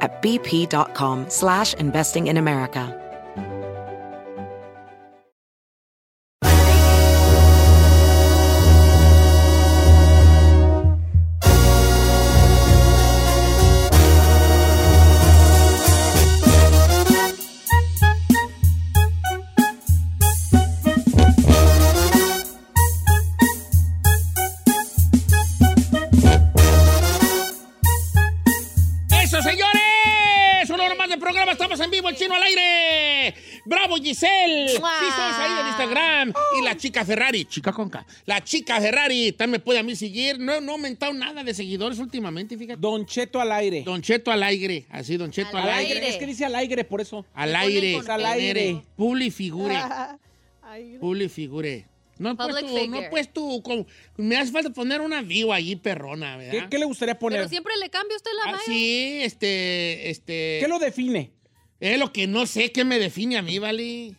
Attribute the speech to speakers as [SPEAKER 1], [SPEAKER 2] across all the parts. [SPEAKER 1] at bp.com slash investing in America.
[SPEAKER 2] ¡Eso, señores! ¡Una hora más de programa! ¡Estamos en vivo, el chino al aire! ¡Bravo, Giselle! Sí,
[SPEAKER 3] ¡Mua!
[SPEAKER 2] somos ahí en Instagram. Y la chica Ferrari, chica conca. La chica Ferrari, también me puede a mí seguir. No, no he aumentado nada de seguidores últimamente, fíjate.
[SPEAKER 4] Don Cheto al aire.
[SPEAKER 2] Don Cheto al aire, así, Don Cheto al,
[SPEAKER 4] al
[SPEAKER 2] aire.
[SPEAKER 4] aire.
[SPEAKER 3] aire.
[SPEAKER 4] Es que dice al aire, por eso.
[SPEAKER 2] Al
[SPEAKER 3] Me
[SPEAKER 2] aire.
[SPEAKER 3] ponen
[SPEAKER 4] con
[SPEAKER 2] al aire.
[SPEAKER 4] aire.
[SPEAKER 2] Publi figure. Publi figure. No he
[SPEAKER 3] Ah. Public
[SPEAKER 2] puesto, no he
[SPEAKER 3] figure.
[SPEAKER 2] puesto como- me hace falta poner una view allí, perrona, ¿verdad?
[SPEAKER 4] ¿Qué, qué le gustaría poner?
[SPEAKER 3] Pero siempre le cambia usted la
[SPEAKER 2] Ah,
[SPEAKER 3] mano.
[SPEAKER 2] sí, este, este.
[SPEAKER 4] ¿Qué lo define?
[SPEAKER 2] Es lo que no sé qué me define a mí, ¿vale?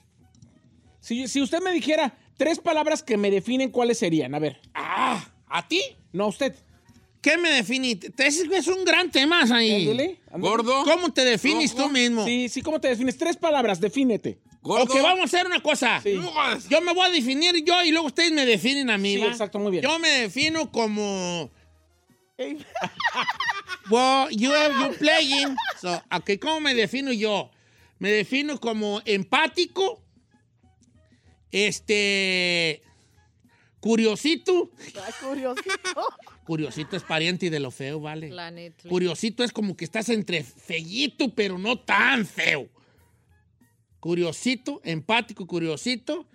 [SPEAKER 4] Si, si usted me dijera tres palabras que me definen, ¿cuáles serían? A ver.
[SPEAKER 2] Ah, ¿a ti?
[SPEAKER 4] No, usted.
[SPEAKER 2] ¿Qué me define? Es, es un gran tema, ahí.
[SPEAKER 4] Ándele, ándele.
[SPEAKER 5] Gordo.
[SPEAKER 2] ¿Cómo te defines
[SPEAKER 5] Rojo.
[SPEAKER 2] tú mismo?
[SPEAKER 4] Sí, sí, ¿cómo te defines? Tres palabras, defínete.
[SPEAKER 5] Gordo.
[SPEAKER 2] Ok, vamos a hacer una cosa.
[SPEAKER 4] Sí.
[SPEAKER 2] Yo me voy a definir yo y luego ustedes me definen a mí.
[SPEAKER 4] Sí,
[SPEAKER 2] ¿va?
[SPEAKER 4] exacto, muy bien.
[SPEAKER 2] Yo me defino como. Well, you you playing. So, ok, ¿cómo me defino yo? Me defino como empático, este. Curiosito. Curiosito es pariente de lo feo, ¿vale?
[SPEAKER 3] La neta.
[SPEAKER 2] Curiosito es como que estás entre feyito, pero no tan feo. Curiosito, empático, curiosito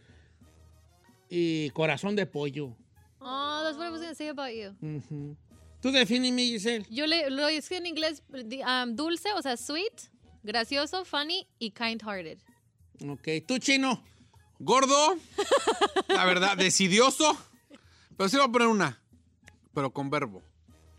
[SPEAKER 2] y corazón de pollo.
[SPEAKER 3] Oh, that's what I was gonna say about you.
[SPEAKER 2] Ujú. Tú defíneme, Giselle.
[SPEAKER 3] Yo le, lo hice en inglés di- um, dulce, o sea, sweet, gracioso, funny y kind-hearted.
[SPEAKER 2] Ok, tú chino.
[SPEAKER 5] Gordo. La verdad, decidioso. Pero sí voy a poner una. Pero con verbo.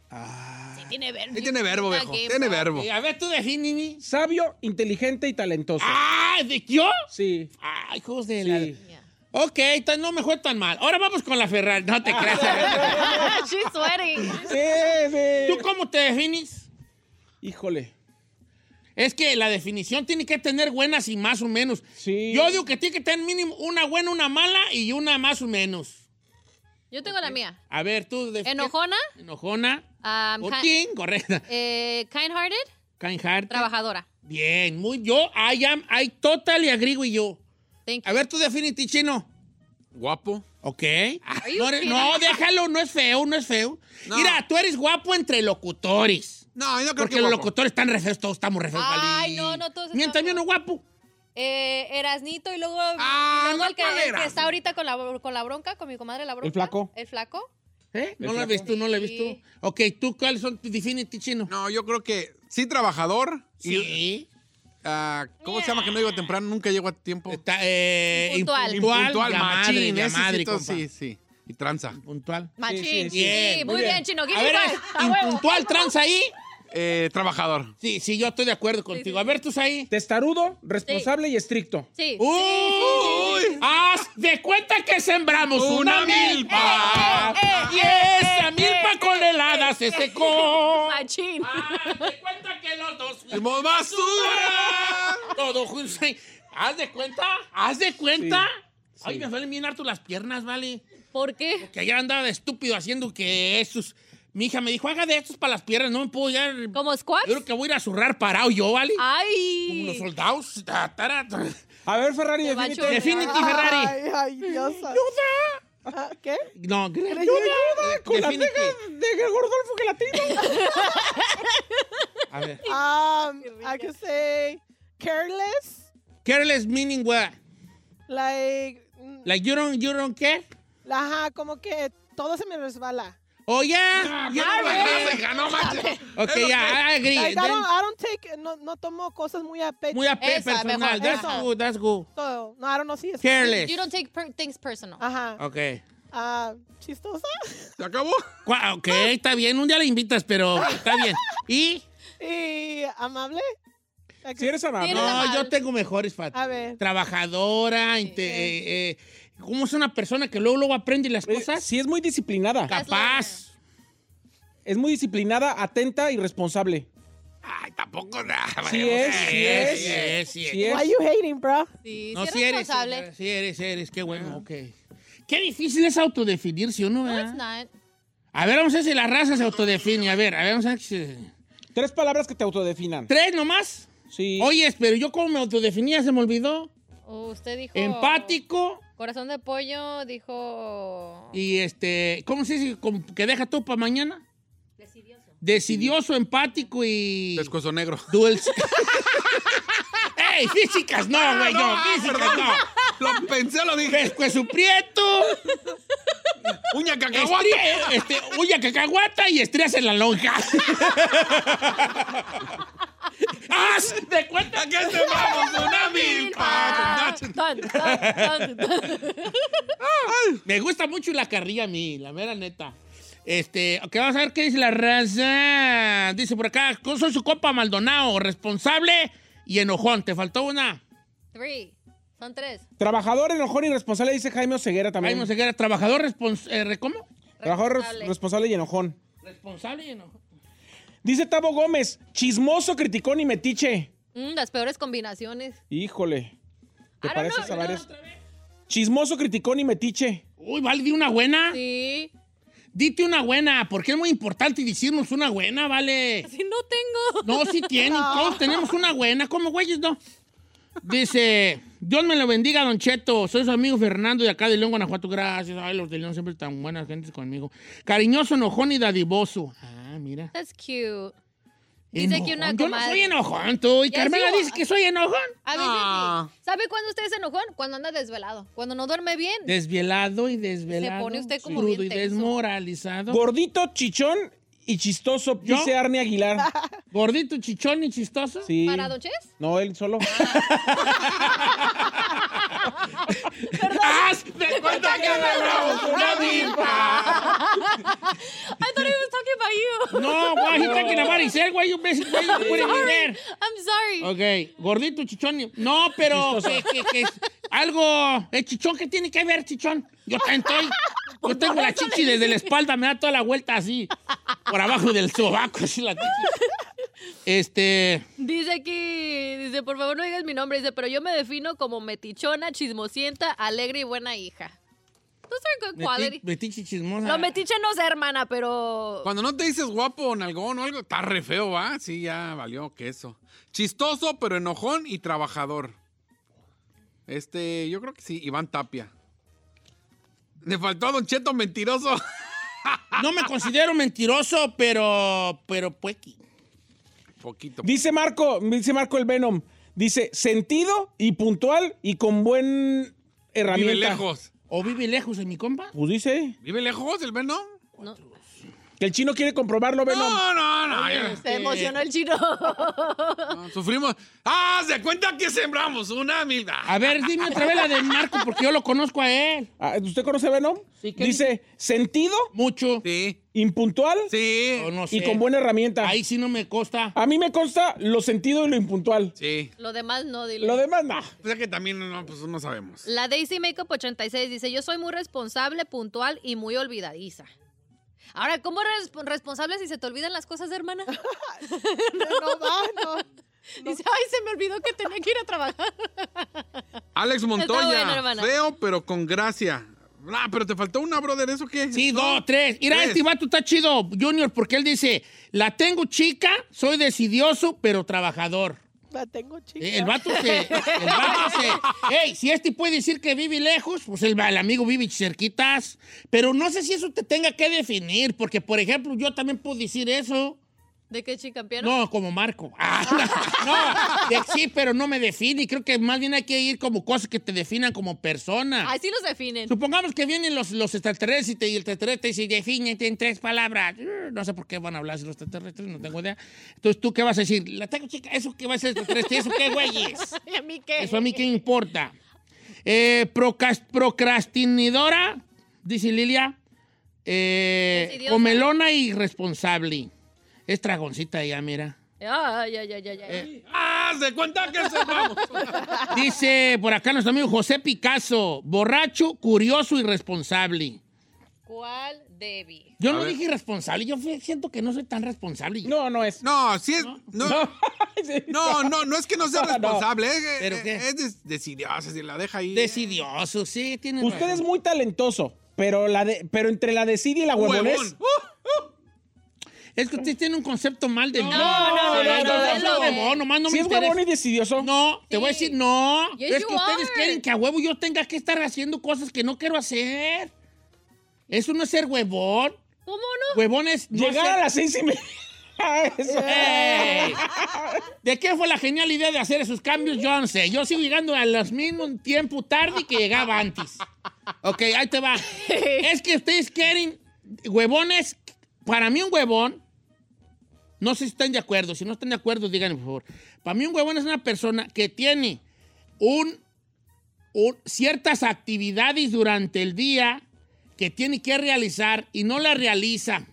[SPEAKER 3] Sí, tiene verbo.
[SPEAKER 5] Sí Ah. tiene verbo, viejo.
[SPEAKER 3] Game,
[SPEAKER 5] Tiene
[SPEAKER 3] bro.
[SPEAKER 5] verbo.
[SPEAKER 2] Eh, a ver, tú defíneme.
[SPEAKER 4] Sabio, inteligente y talentoso.
[SPEAKER 2] ¡Ah! ¿De yo?
[SPEAKER 4] Sí.
[SPEAKER 2] ¡Ay, hijos de la...
[SPEAKER 4] Sí.
[SPEAKER 3] Yeah.
[SPEAKER 2] Ok, entonces no me fue tan mal. Ahora vamos con la Ferrari. No
[SPEAKER 4] Ah,
[SPEAKER 2] te creas.
[SPEAKER 3] She's sweating.
[SPEAKER 4] Sí, sí.
[SPEAKER 2] ¿Tú cómo te defines?
[SPEAKER 4] Híjole.
[SPEAKER 2] Es que la definición tiene que tener buenas y más o menos.
[SPEAKER 4] Sí.
[SPEAKER 2] Yo digo que tiene que tener mínimo una buena, una mala y una más o menos.
[SPEAKER 3] Yo tengo la mía.
[SPEAKER 2] A ver, tú. de-
[SPEAKER 3] Enojona,
[SPEAKER 2] Enojona.
[SPEAKER 3] um, ki-
[SPEAKER 2] Botín, correcta.
[SPEAKER 3] eh, kind-hearted,
[SPEAKER 2] Kind heart.
[SPEAKER 3] trabajadora.
[SPEAKER 2] Bien, muy yo. I am, I totally agree with you.
[SPEAKER 3] Thank
[SPEAKER 2] A
[SPEAKER 3] you.
[SPEAKER 2] ver, tú defínete, chino.
[SPEAKER 5] Guapo.
[SPEAKER 2] Ok.
[SPEAKER 3] you
[SPEAKER 2] No, eres-
[SPEAKER 3] kidding?
[SPEAKER 2] no, déjalo, no es feo, no es feo.
[SPEAKER 5] No.
[SPEAKER 2] Mira, tú eres guapo entre locutores.
[SPEAKER 5] No, yo no creo
[SPEAKER 2] Porque
[SPEAKER 5] que
[SPEAKER 2] los
[SPEAKER 5] guapo.
[SPEAKER 2] locutores están re feos, todos estamos re feos.
[SPEAKER 3] Ay,
[SPEAKER 2] Vali.
[SPEAKER 3] no, no, todos
[SPEAKER 2] Mientras
[SPEAKER 3] estamos-
[SPEAKER 2] yo no guapo.
[SPEAKER 3] Eh, Erasnito y luego,
[SPEAKER 5] Ah,
[SPEAKER 3] y luego
[SPEAKER 5] no
[SPEAKER 3] el, que,
[SPEAKER 5] con
[SPEAKER 3] el que
[SPEAKER 5] Erasmo.
[SPEAKER 3] está ahorita con la, con la bronca, con mi comadre la bronca.
[SPEAKER 4] flaco.
[SPEAKER 3] El flaco.
[SPEAKER 2] ¿Eh? No
[SPEAKER 4] Es
[SPEAKER 2] lo
[SPEAKER 4] flaco.
[SPEAKER 2] ves tú, no lo ves
[SPEAKER 3] Sí.
[SPEAKER 2] tú. Ok, ¿tú cuáles son tus defínete, chino?
[SPEAKER 5] No, yo creo que sí trabajador. Y,
[SPEAKER 2] Sí.
[SPEAKER 5] ah, ¿Cómo se llama que no llego temprano? Nunca llego a tiempo.
[SPEAKER 2] Está, eh,
[SPEAKER 3] Impuntual.
[SPEAKER 2] Impuntual.
[SPEAKER 5] Impuntual,
[SPEAKER 2] ya madre,
[SPEAKER 5] machín.
[SPEAKER 2] ya
[SPEAKER 5] ese
[SPEAKER 2] madre,
[SPEAKER 5] sí, todo-
[SPEAKER 2] compa.
[SPEAKER 5] sí, sí. Y tranza.
[SPEAKER 2] Puntual.
[SPEAKER 3] Machín. Sí,
[SPEAKER 4] sí, sí.
[SPEAKER 3] muy bien, chino. Give
[SPEAKER 2] A
[SPEAKER 3] me
[SPEAKER 2] ver,
[SPEAKER 3] five.
[SPEAKER 2] es
[SPEAKER 3] A huevo.
[SPEAKER 2] impuntual trans ahí.
[SPEAKER 5] Eh, trabajador.
[SPEAKER 2] Sí, sí, yo estoy de acuerdo contigo. A ver, tú ahí.
[SPEAKER 4] Testarudo, responsable y estricto.
[SPEAKER 3] Sí.
[SPEAKER 2] ¡Uy! ¡Haz de cuenta que sembramos una,
[SPEAKER 5] Una
[SPEAKER 2] milpa!
[SPEAKER 5] milpa.
[SPEAKER 2] y esa milpa con helada se secó.
[SPEAKER 3] Machín.
[SPEAKER 2] ¡Haz de cuenta que los dos Pues,
[SPEAKER 5] ¡Fuimos basura!
[SPEAKER 2] Todo juntos. ¿Haz de cuenta? ¿Haz de cuenta? Ay,
[SPEAKER 4] sí.
[SPEAKER 2] me suelen bien harto las piernas, ¿vale?
[SPEAKER 3] ¿Por qué?
[SPEAKER 2] Que ayer andaba de estúpido haciendo que esos Mi hija me dijo, haga de estos para las piernas, no me puedo ya. Yo
[SPEAKER 3] ¿Como squats?
[SPEAKER 2] creo que voy a ir a zurrar parado yo, ¿vale? Como los
[SPEAKER 3] ¡Ay!
[SPEAKER 2] soldados. ta, ta, ta.
[SPEAKER 4] A ver, Ferrari,
[SPEAKER 3] Te va a
[SPEAKER 4] defínete.
[SPEAKER 3] chorrear.
[SPEAKER 2] Defínete, Ferrari.
[SPEAKER 6] Ay, ay, Dios. Ah, ¿Qué?
[SPEAKER 2] No, ayuda,
[SPEAKER 4] Ayuda, Con las cejas de Gordolfo Gelatino.
[SPEAKER 2] A ver.
[SPEAKER 6] Um, I could say careless,
[SPEAKER 2] Careless meaning what?
[SPEAKER 6] like, mm,
[SPEAKER 2] Like you don't, you don't care?
[SPEAKER 6] ajá, como que todo se me resbala.
[SPEAKER 2] Oh, yeah.
[SPEAKER 4] Ah,
[SPEAKER 2] you don't care.
[SPEAKER 5] ganó, manches.
[SPEAKER 2] Okay, yeah, I agree.
[SPEAKER 6] Like, I
[SPEAKER 2] Then-
[SPEAKER 6] don't, I don't take, no, no tomo cosas muy a pecho.
[SPEAKER 2] Muy a pe-
[SPEAKER 3] ah, Esa,
[SPEAKER 2] personal.
[SPEAKER 3] mejor.
[SPEAKER 2] That's
[SPEAKER 6] Eso.
[SPEAKER 2] good, that's good.
[SPEAKER 6] No, I don't know si es.
[SPEAKER 2] Careless.
[SPEAKER 3] You don't take per- things personal.
[SPEAKER 6] Ajá.
[SPEAKER 2] Ok.
[SPEAKER 6] Ah, chistosa.
[SPEAKER 5] ¿Se acabó?
[SPEAKER 2] Cua- Ok, está bien. Un día la invitas, pero está bien. ¿Y?
[SPEAKER 6] Y amable. Like,
[SPEAKER 4] Si eres amable.
[SPEAKER 3] Eres
[SPEAKER 2] No,
[SPEAKER 3] amable.
[SPEAKER 2] yo tengo mejores, Fat.
[SPEAKER 6] A ver.
[SPEAKER 2] Trabajadora, inte- eh, eh, ¿cómo es una persona que luego, luego aprende las
[SPEAKER 4] Eh,
[SPEAKER 2] cosas?
[SPEAKER 4] Sí, es muy disciplinada.
[SPEAKER 3] Cap-
[SPEAKER 2] Capaz.
[SPEAKER 4] Es muy disciplinada, atenta y responsable.
[SPEAKER 5] Ay, tampoco nada.
[SPEAKER 4] Sí es,
[SPEAKER 2] Ah, Sí,
[SPEAKER 4] sí es.
[SPEAKER 2] sí es, sí es.
[SPEAKER 4] Sí
[SPEAKER 6] Why
[SPEAKER 4] es.
[SPEAKER 6] you hating, bro?
[SPEAKER 3] Sí,
[SPEAKER 2] No,
[SPEAKER 3] sí eres
[SPEAKER 2] sí eres.
[SPEAKER 3] responsable.
[SPEAKER 2] Sí eres, sí eres. Qué bueno, ok. Qué difícil es autodefinirse uno,
[SPEAKER 3] No, eh,
[SPEAKER 2] ¿verdad?
[SPEAKER 3] it's not.
[SPEAKER 2] A ver, vamos a ver si la raza se autodefine. A ver, a ver, vamos a ver si...
[SPEAKER 4] Tres palabras que te autodefinan.
[SPEAKER 2] ¿Tres nomás?
[SPEAKER 4] Sí.
[SPEAKER 2] Oye, pero yo cómo me autodefinía, se me olvidó.
[SPEAKER 3] Oh, usted dijo...
[SPEAKER 2] Empático
[SPEAKER 3] Corazón de pollo, dijo...
[SPEAKER 2] y este... ¿Cómo se dice? Como Que deja todo para mañana. Decidioso, empático y...
[SPEAKER 5] Pescuezo negro.
[SPEAKER 2] Dulce. ¡Ey, físicas! No, güey, no,
[SPEAKER 5] ah,
[SPEAKER 2] físicas no.
[SPEAKER 5] Lo pensé, lo dije.
[SPEAKER 2] Pescuezo prieto,
[SPEAKER 5] Uña cacahuate.
[SPEAKER 2] estría, este, huya cacahuata y estrías en la lonja. ¡Haz de cuenta!
[SPEAKER 5] ¿A qué se vamos? Tsunami.
[SPEAKER 3] Ah,
[SPEAKER 5] Pa, con
[SPEAKER 3] tan, tan, tan, tan.
[SPEAKER 2] Me gusta mucho la carrilla a mí, la mera neta. Este, ok, vamos a ver qué dice la raza. Dice por acá, soy su copa Maldonado, responsable y enojón. Te faltó una.
[SPEAKER 3] Three. Son tres.
[SPEAKER 4] Trabajador, enojón y responsable, dice Jaime Oseguera también.
[SPEAKER 2] Ahí no sé qué era, trabajador responsable. ¿Cómo?
[SPEAKER 4] Trabajador res-
[SPEAKER 3] Responsable.
[SPEAKER 4] responsable y enojón.
[SPEAKER 2] Responsable y enojón.
[SPEAKER 4] Dice Tavo Gómez, chismoso, criticón y metiche.
[SPEAKER 3] Mm, las peores combinaciones.
[SPEAKER 4] Híjole. ¿Te
[SPEAKER 3] I don't
[SPEAKER 4] pareces
[SPEAKER 3] know.
[SPEAKER 4] a varios? Chismoso, criticón y metiche.
[SPEAKER 2] Uy, vale, di una buena.
[SPEAKER 3] Sí.
[SPEAKER 2] Dite una buena, porque es muy importante decirnos una buena, vale.
[SPEAKER 3] Sí, no tengo.
[SPEAKER 2] No, sí tienen, todos tenemos una buena. ¿Cómo, güeyes, no? Dice, Dios me lo bendiga, Don Cheto. Soy su amigo Fernando de acá de León, Guanajuato. Gracias. Ay, los de León siempre tan buenas gentes conmigo. Cariñoso, enojón y dadivoso. Ah, mira.
[SPEAKER 3] That's cute. Dice que una
[SPEAKER 2] Enojón. Yo no
[SPEAKER 3] comadre-
[SPEAKER 2] soy enojón, tú. Y
[SPEAKER 3] Ya
[SPEAKER 2] Carmela
[SPEAKER 3] digo.
[SPEAKER 2] dice que soy enojón.
[SPEAKER 3] A veces
[SPEAKER 5] Ah.
[SPEAKER 3] sí. ¿Sabe cuándo usted es enojón? Cuando anda desvelado. Cuando no duerme bien.
[SPEAKER 2] Desvielado y desvelado.
[SPEAKER 3] pone usted como
[SPEAKER 2] Crudo
[SPEAKER 3] bien
[SPEAKER 2] y
[SPEAKER 3] tenso.
[SPEAKER 2] desmoralizado.
[SPEAKER 4] Gordito, chichón y chistoso,
[SPEAKER 2] ¿Yo?
[SPEAKER 4] dice Arne Aguilar.
[SPEAKER 2] Gordito, chichón y chistoso.
[SPEAKER 4] Sí.
[SPEAKER 3] ¿Para Doches? Ah.
[SPEAKER 4] No, él solo.
[SPEAKER 2] ¡Haz de cuenta que hablamos una milpa!
[SPEAKER 3] I thought he was talking about you.
[SPEAKER 2] No, güey, he's talking about himself, güey. You basic, güey, you put it in there.
[SPEAKER 3] I'm sorry.
[SPEAKER 2] Ok, gordito, chichón. y- No, pero que, que- que es algo... El chichón, ¿qué tiene que ver, chichón? Yo también estoy... Yo tengo la chichi desde la espalda, me da toda la vuelta así. Por abajo del sobaco, así la chichi. Este...
[SPEAKER 3] Dice que, dice, por favor no digas mi nombre. Dice, pero yo me defino como metichona, chismosienta, alegre y buena hija. Those are good
[SPEAKER 2] Meti,
[SPEAKER 3] quality.
[SPEAKER 2] metiche chismosa.
[SPEAKER 3] Lo metiche no sé, hermana, pero...
[SPEAKER 5] Cuando no te dices guapo o nalgón o algo, está re feo, ¿va? Sí, ya valió queso. Chistoso, pero enojón y trabajador. Este, yo creo que sí, Iván Tapia. Le faltó a Don Cheto mentiroso.
[SPEAKER 2] No me considero mentiroso, pero... Pero puequi.
[SPEAKER 5] Poquito.
[SPEAKER 4] Dice Marco, dice Marco el Venom. Dice, sentido y puntual y con buen herramienta.
[SPEAKER 5] Vive lejos.
[SPEAKER 2] ¿O vive lejos de mi compa?
[SPEAKER 4] Pues dice
[SPEAKER 5] ¿Vive lejos el Venom?
[SPEAKER 3] No.
[SPEAKER 4] que el chino quiere comprobarlo, Venom.
[SPEAKER 5] No, no, no. ya.
[SPEAKER 2] Eh.
[SPEAKER 3] Se emocionó el chino.
[SPEAKER 5] No, Sufrimos. ¡Ah! ¿Se cuenta que sembramos una mil? Ah,
[SPEAKER 2] A ver, dime otra vez la de Marco, porque yo lo conozco a él.
[SPEAKER 4] Ah, ¿Usted conoce a Venom?
[SPEAKER 2] Sí, ¿qué
[SPEAKER 4] dice, sentido,
[SPEAKER 2] Mucho.
[SPEAKER 5] Sí,
[SPEAKER 4] impuntual
[SPEAKER 5] sí.
[SPEAKER 2] O no
[SPEAKER 4] y
[SPEAKER 2] sé.
[SPEAKER 4] con buena herramienta.
[SPEAKER 2] Ahí sí no me consta.
[SPEAKER 4] A mí me consta lo sentido y lo impuntual.
[SPEAKER 5] Sí.
[SPEAKER 3] Lo demás no, dile.
[SPEAKER 4] Lo demás, no.
[SPEAKER 5] O sea que también no, pues no sabemos.
[SPEAKER 3] La Daisy Makeup 86 dice, yo soy muy responsable, puntual y muy olvidadiza. Ahora, ¿cómo eres resp- responsable si se te olvidan las cosas, hermana?
[SPEAKER 6] No, no va, no.
[SPEAKER 3] Dice, ay, se me olvidó que tenía que ir a trabajar.
[SPEAKER 5] Alex Montoya.
[SPEAKER 3] bueno, hermana.
[SPEAKER 5] feo, pero con gracia. Ah, pero te faltó una, brother. ¿Eso qué?
[SPEAKER 2] Sí,
[SPEAKER 5] ¿No?
[SPEAKER 2] dos, tres. Mira,
[SPEAKER 5] Tres.
[SPEAKER 2] este vato está chido, Junior, porque él dice, la tengo chica, soy decidioso, pero trabajador.
[SPEAKER 6] La tengo chica.
[SPEAKER 2] Eh, El vato se... El vato se... Ey, si este puede decir que vive lejos, pues el, el amigo vive cerquitas. Pero no sé si eso te tenga que definir, porque, por ejemplo, yo también puedo decir eso.
[SPEAKER 3] ¿De qué chicampiano?
[SPEAKER 2] No, como Marco. Ah, no, de- sí, pero no me define. Creo que más bien hay que ir como cosas que te definan como persona.
[SPEAKER 3] Así nos definen.
[SPEAKER 2] Supongamos que vienen los, los extraterrestres y, te, y el extraterrestre te dice, defínete en tres palabras. Uh, No sé por qué van a hablar si los extraterrestres, no tengo idea. Entonces, ¿tú qué vas a decir? La tengo chica, ¿eso qué va a ser extraterrestre? ¿Eso qué, güeyes?
[SPEAKER 3] ¿Y a mí qué?
[SPEAKER 2] ¿Eso a mí qué importa? Eh, procas- procrastinadora, dice Lilia. Eh,
[SPEAKER 3] Decidiosa.
[SPEAKER 2] comelona y responsable. Es dragoncita ya, mira.
[SPEAKER 3] Ay, ay, ay, ay, ay.
[SPEAKER 5] ¡Ah! ¡Se cuenta que se vamos!
[SPEAKER 2] Dice por acá nuestro amigo José Picasso, borracho, curioso y responsable.
[SPEAKER 3] ¿Cuál Debbie?
[SPEAKER 2] Yo
[SPEAKER 5] A
[SPEAKER 2] no
[SPEAKER 5] ver.
[SPEAKER 2] dije irresponsable, yo fui- siento que no soy tan responsable.
[SPEAKER 4] No, no es.
[SPEAKER 5] No, sí es. No, no,
[SPEAKER 4] Sí. Ah,
[SPEAKER 5] no, no, es que no sea
[SPEAKER 4] No, no.
[SPEAKER 5] responsable. eh, eh,
[SPEAKER 2] Ah, ¿Pero qué?
[SPEAKER 5] Es des- decidiosa, si la deja ahí.
[SPEAKER 2] Decidioso, sí, tiene
[SPEAKER 4] Usted es
[SPEAKER 2] razón.
[SPEAKER 4] muy talentoso, pero, la de- pero entre la desidia y la
[SPEAKER 5] Huevón. Uh,
[SPEAKER 4] huevones.
[SPEAKER 2] Es que usted tiene un concepto mal de mí.
[SPEAKER 3] no, no, no, no,
[SPEAKER 2] no,
[SPEAKER 3] no,
[SPEAKER 2] no,
[SPEAKER 3] no.
[SPEAKER 2] huevón, nomás no
[SPEAKER 4] si
[SPEAKER 2] me
[SPEAKER 4] es huevón y
[SPEAKER 2] interesa.
[SPEAKER 4] decidioso.
[SPEAKER 2] No, te voy a decir, no.
[SPEAKER 3] Yes,
[SPEAKER 2] es que
[SPEAKER 3] you
[SPEAKER 2] ustedes
[SPEAKER 3] are.
[SPEAKER 2] quieren que a huevo yo tenga que estar haciendo cosas que no quiero hacer. Eso no es ser huevón.
[SPEAKER 3] ¿Cómo no?
[SPEAKER 2] Huevón es no
[SPEAKER 4] Llegar
[SPEAKER 2] ser-
[SPEAKER 4] a las seis y media. Eso.
[SPEAKER 2] ¡Ey! ¿De qué fue la genial idea de hacer esos cambios? Yo no sé. Yo sigo llegando a los mismos tiempo tarde que llegaba antes. Ok, ahí te va. Es que ustedes quieren huevones. Para mí un huevón, no sé si están de acuerdo. Si no están de acuerdo, díganme, por favor. Para mí un huevón es una persona que tiene un, un- ciertas actividades durante el día que tiene que realizar y no las realiza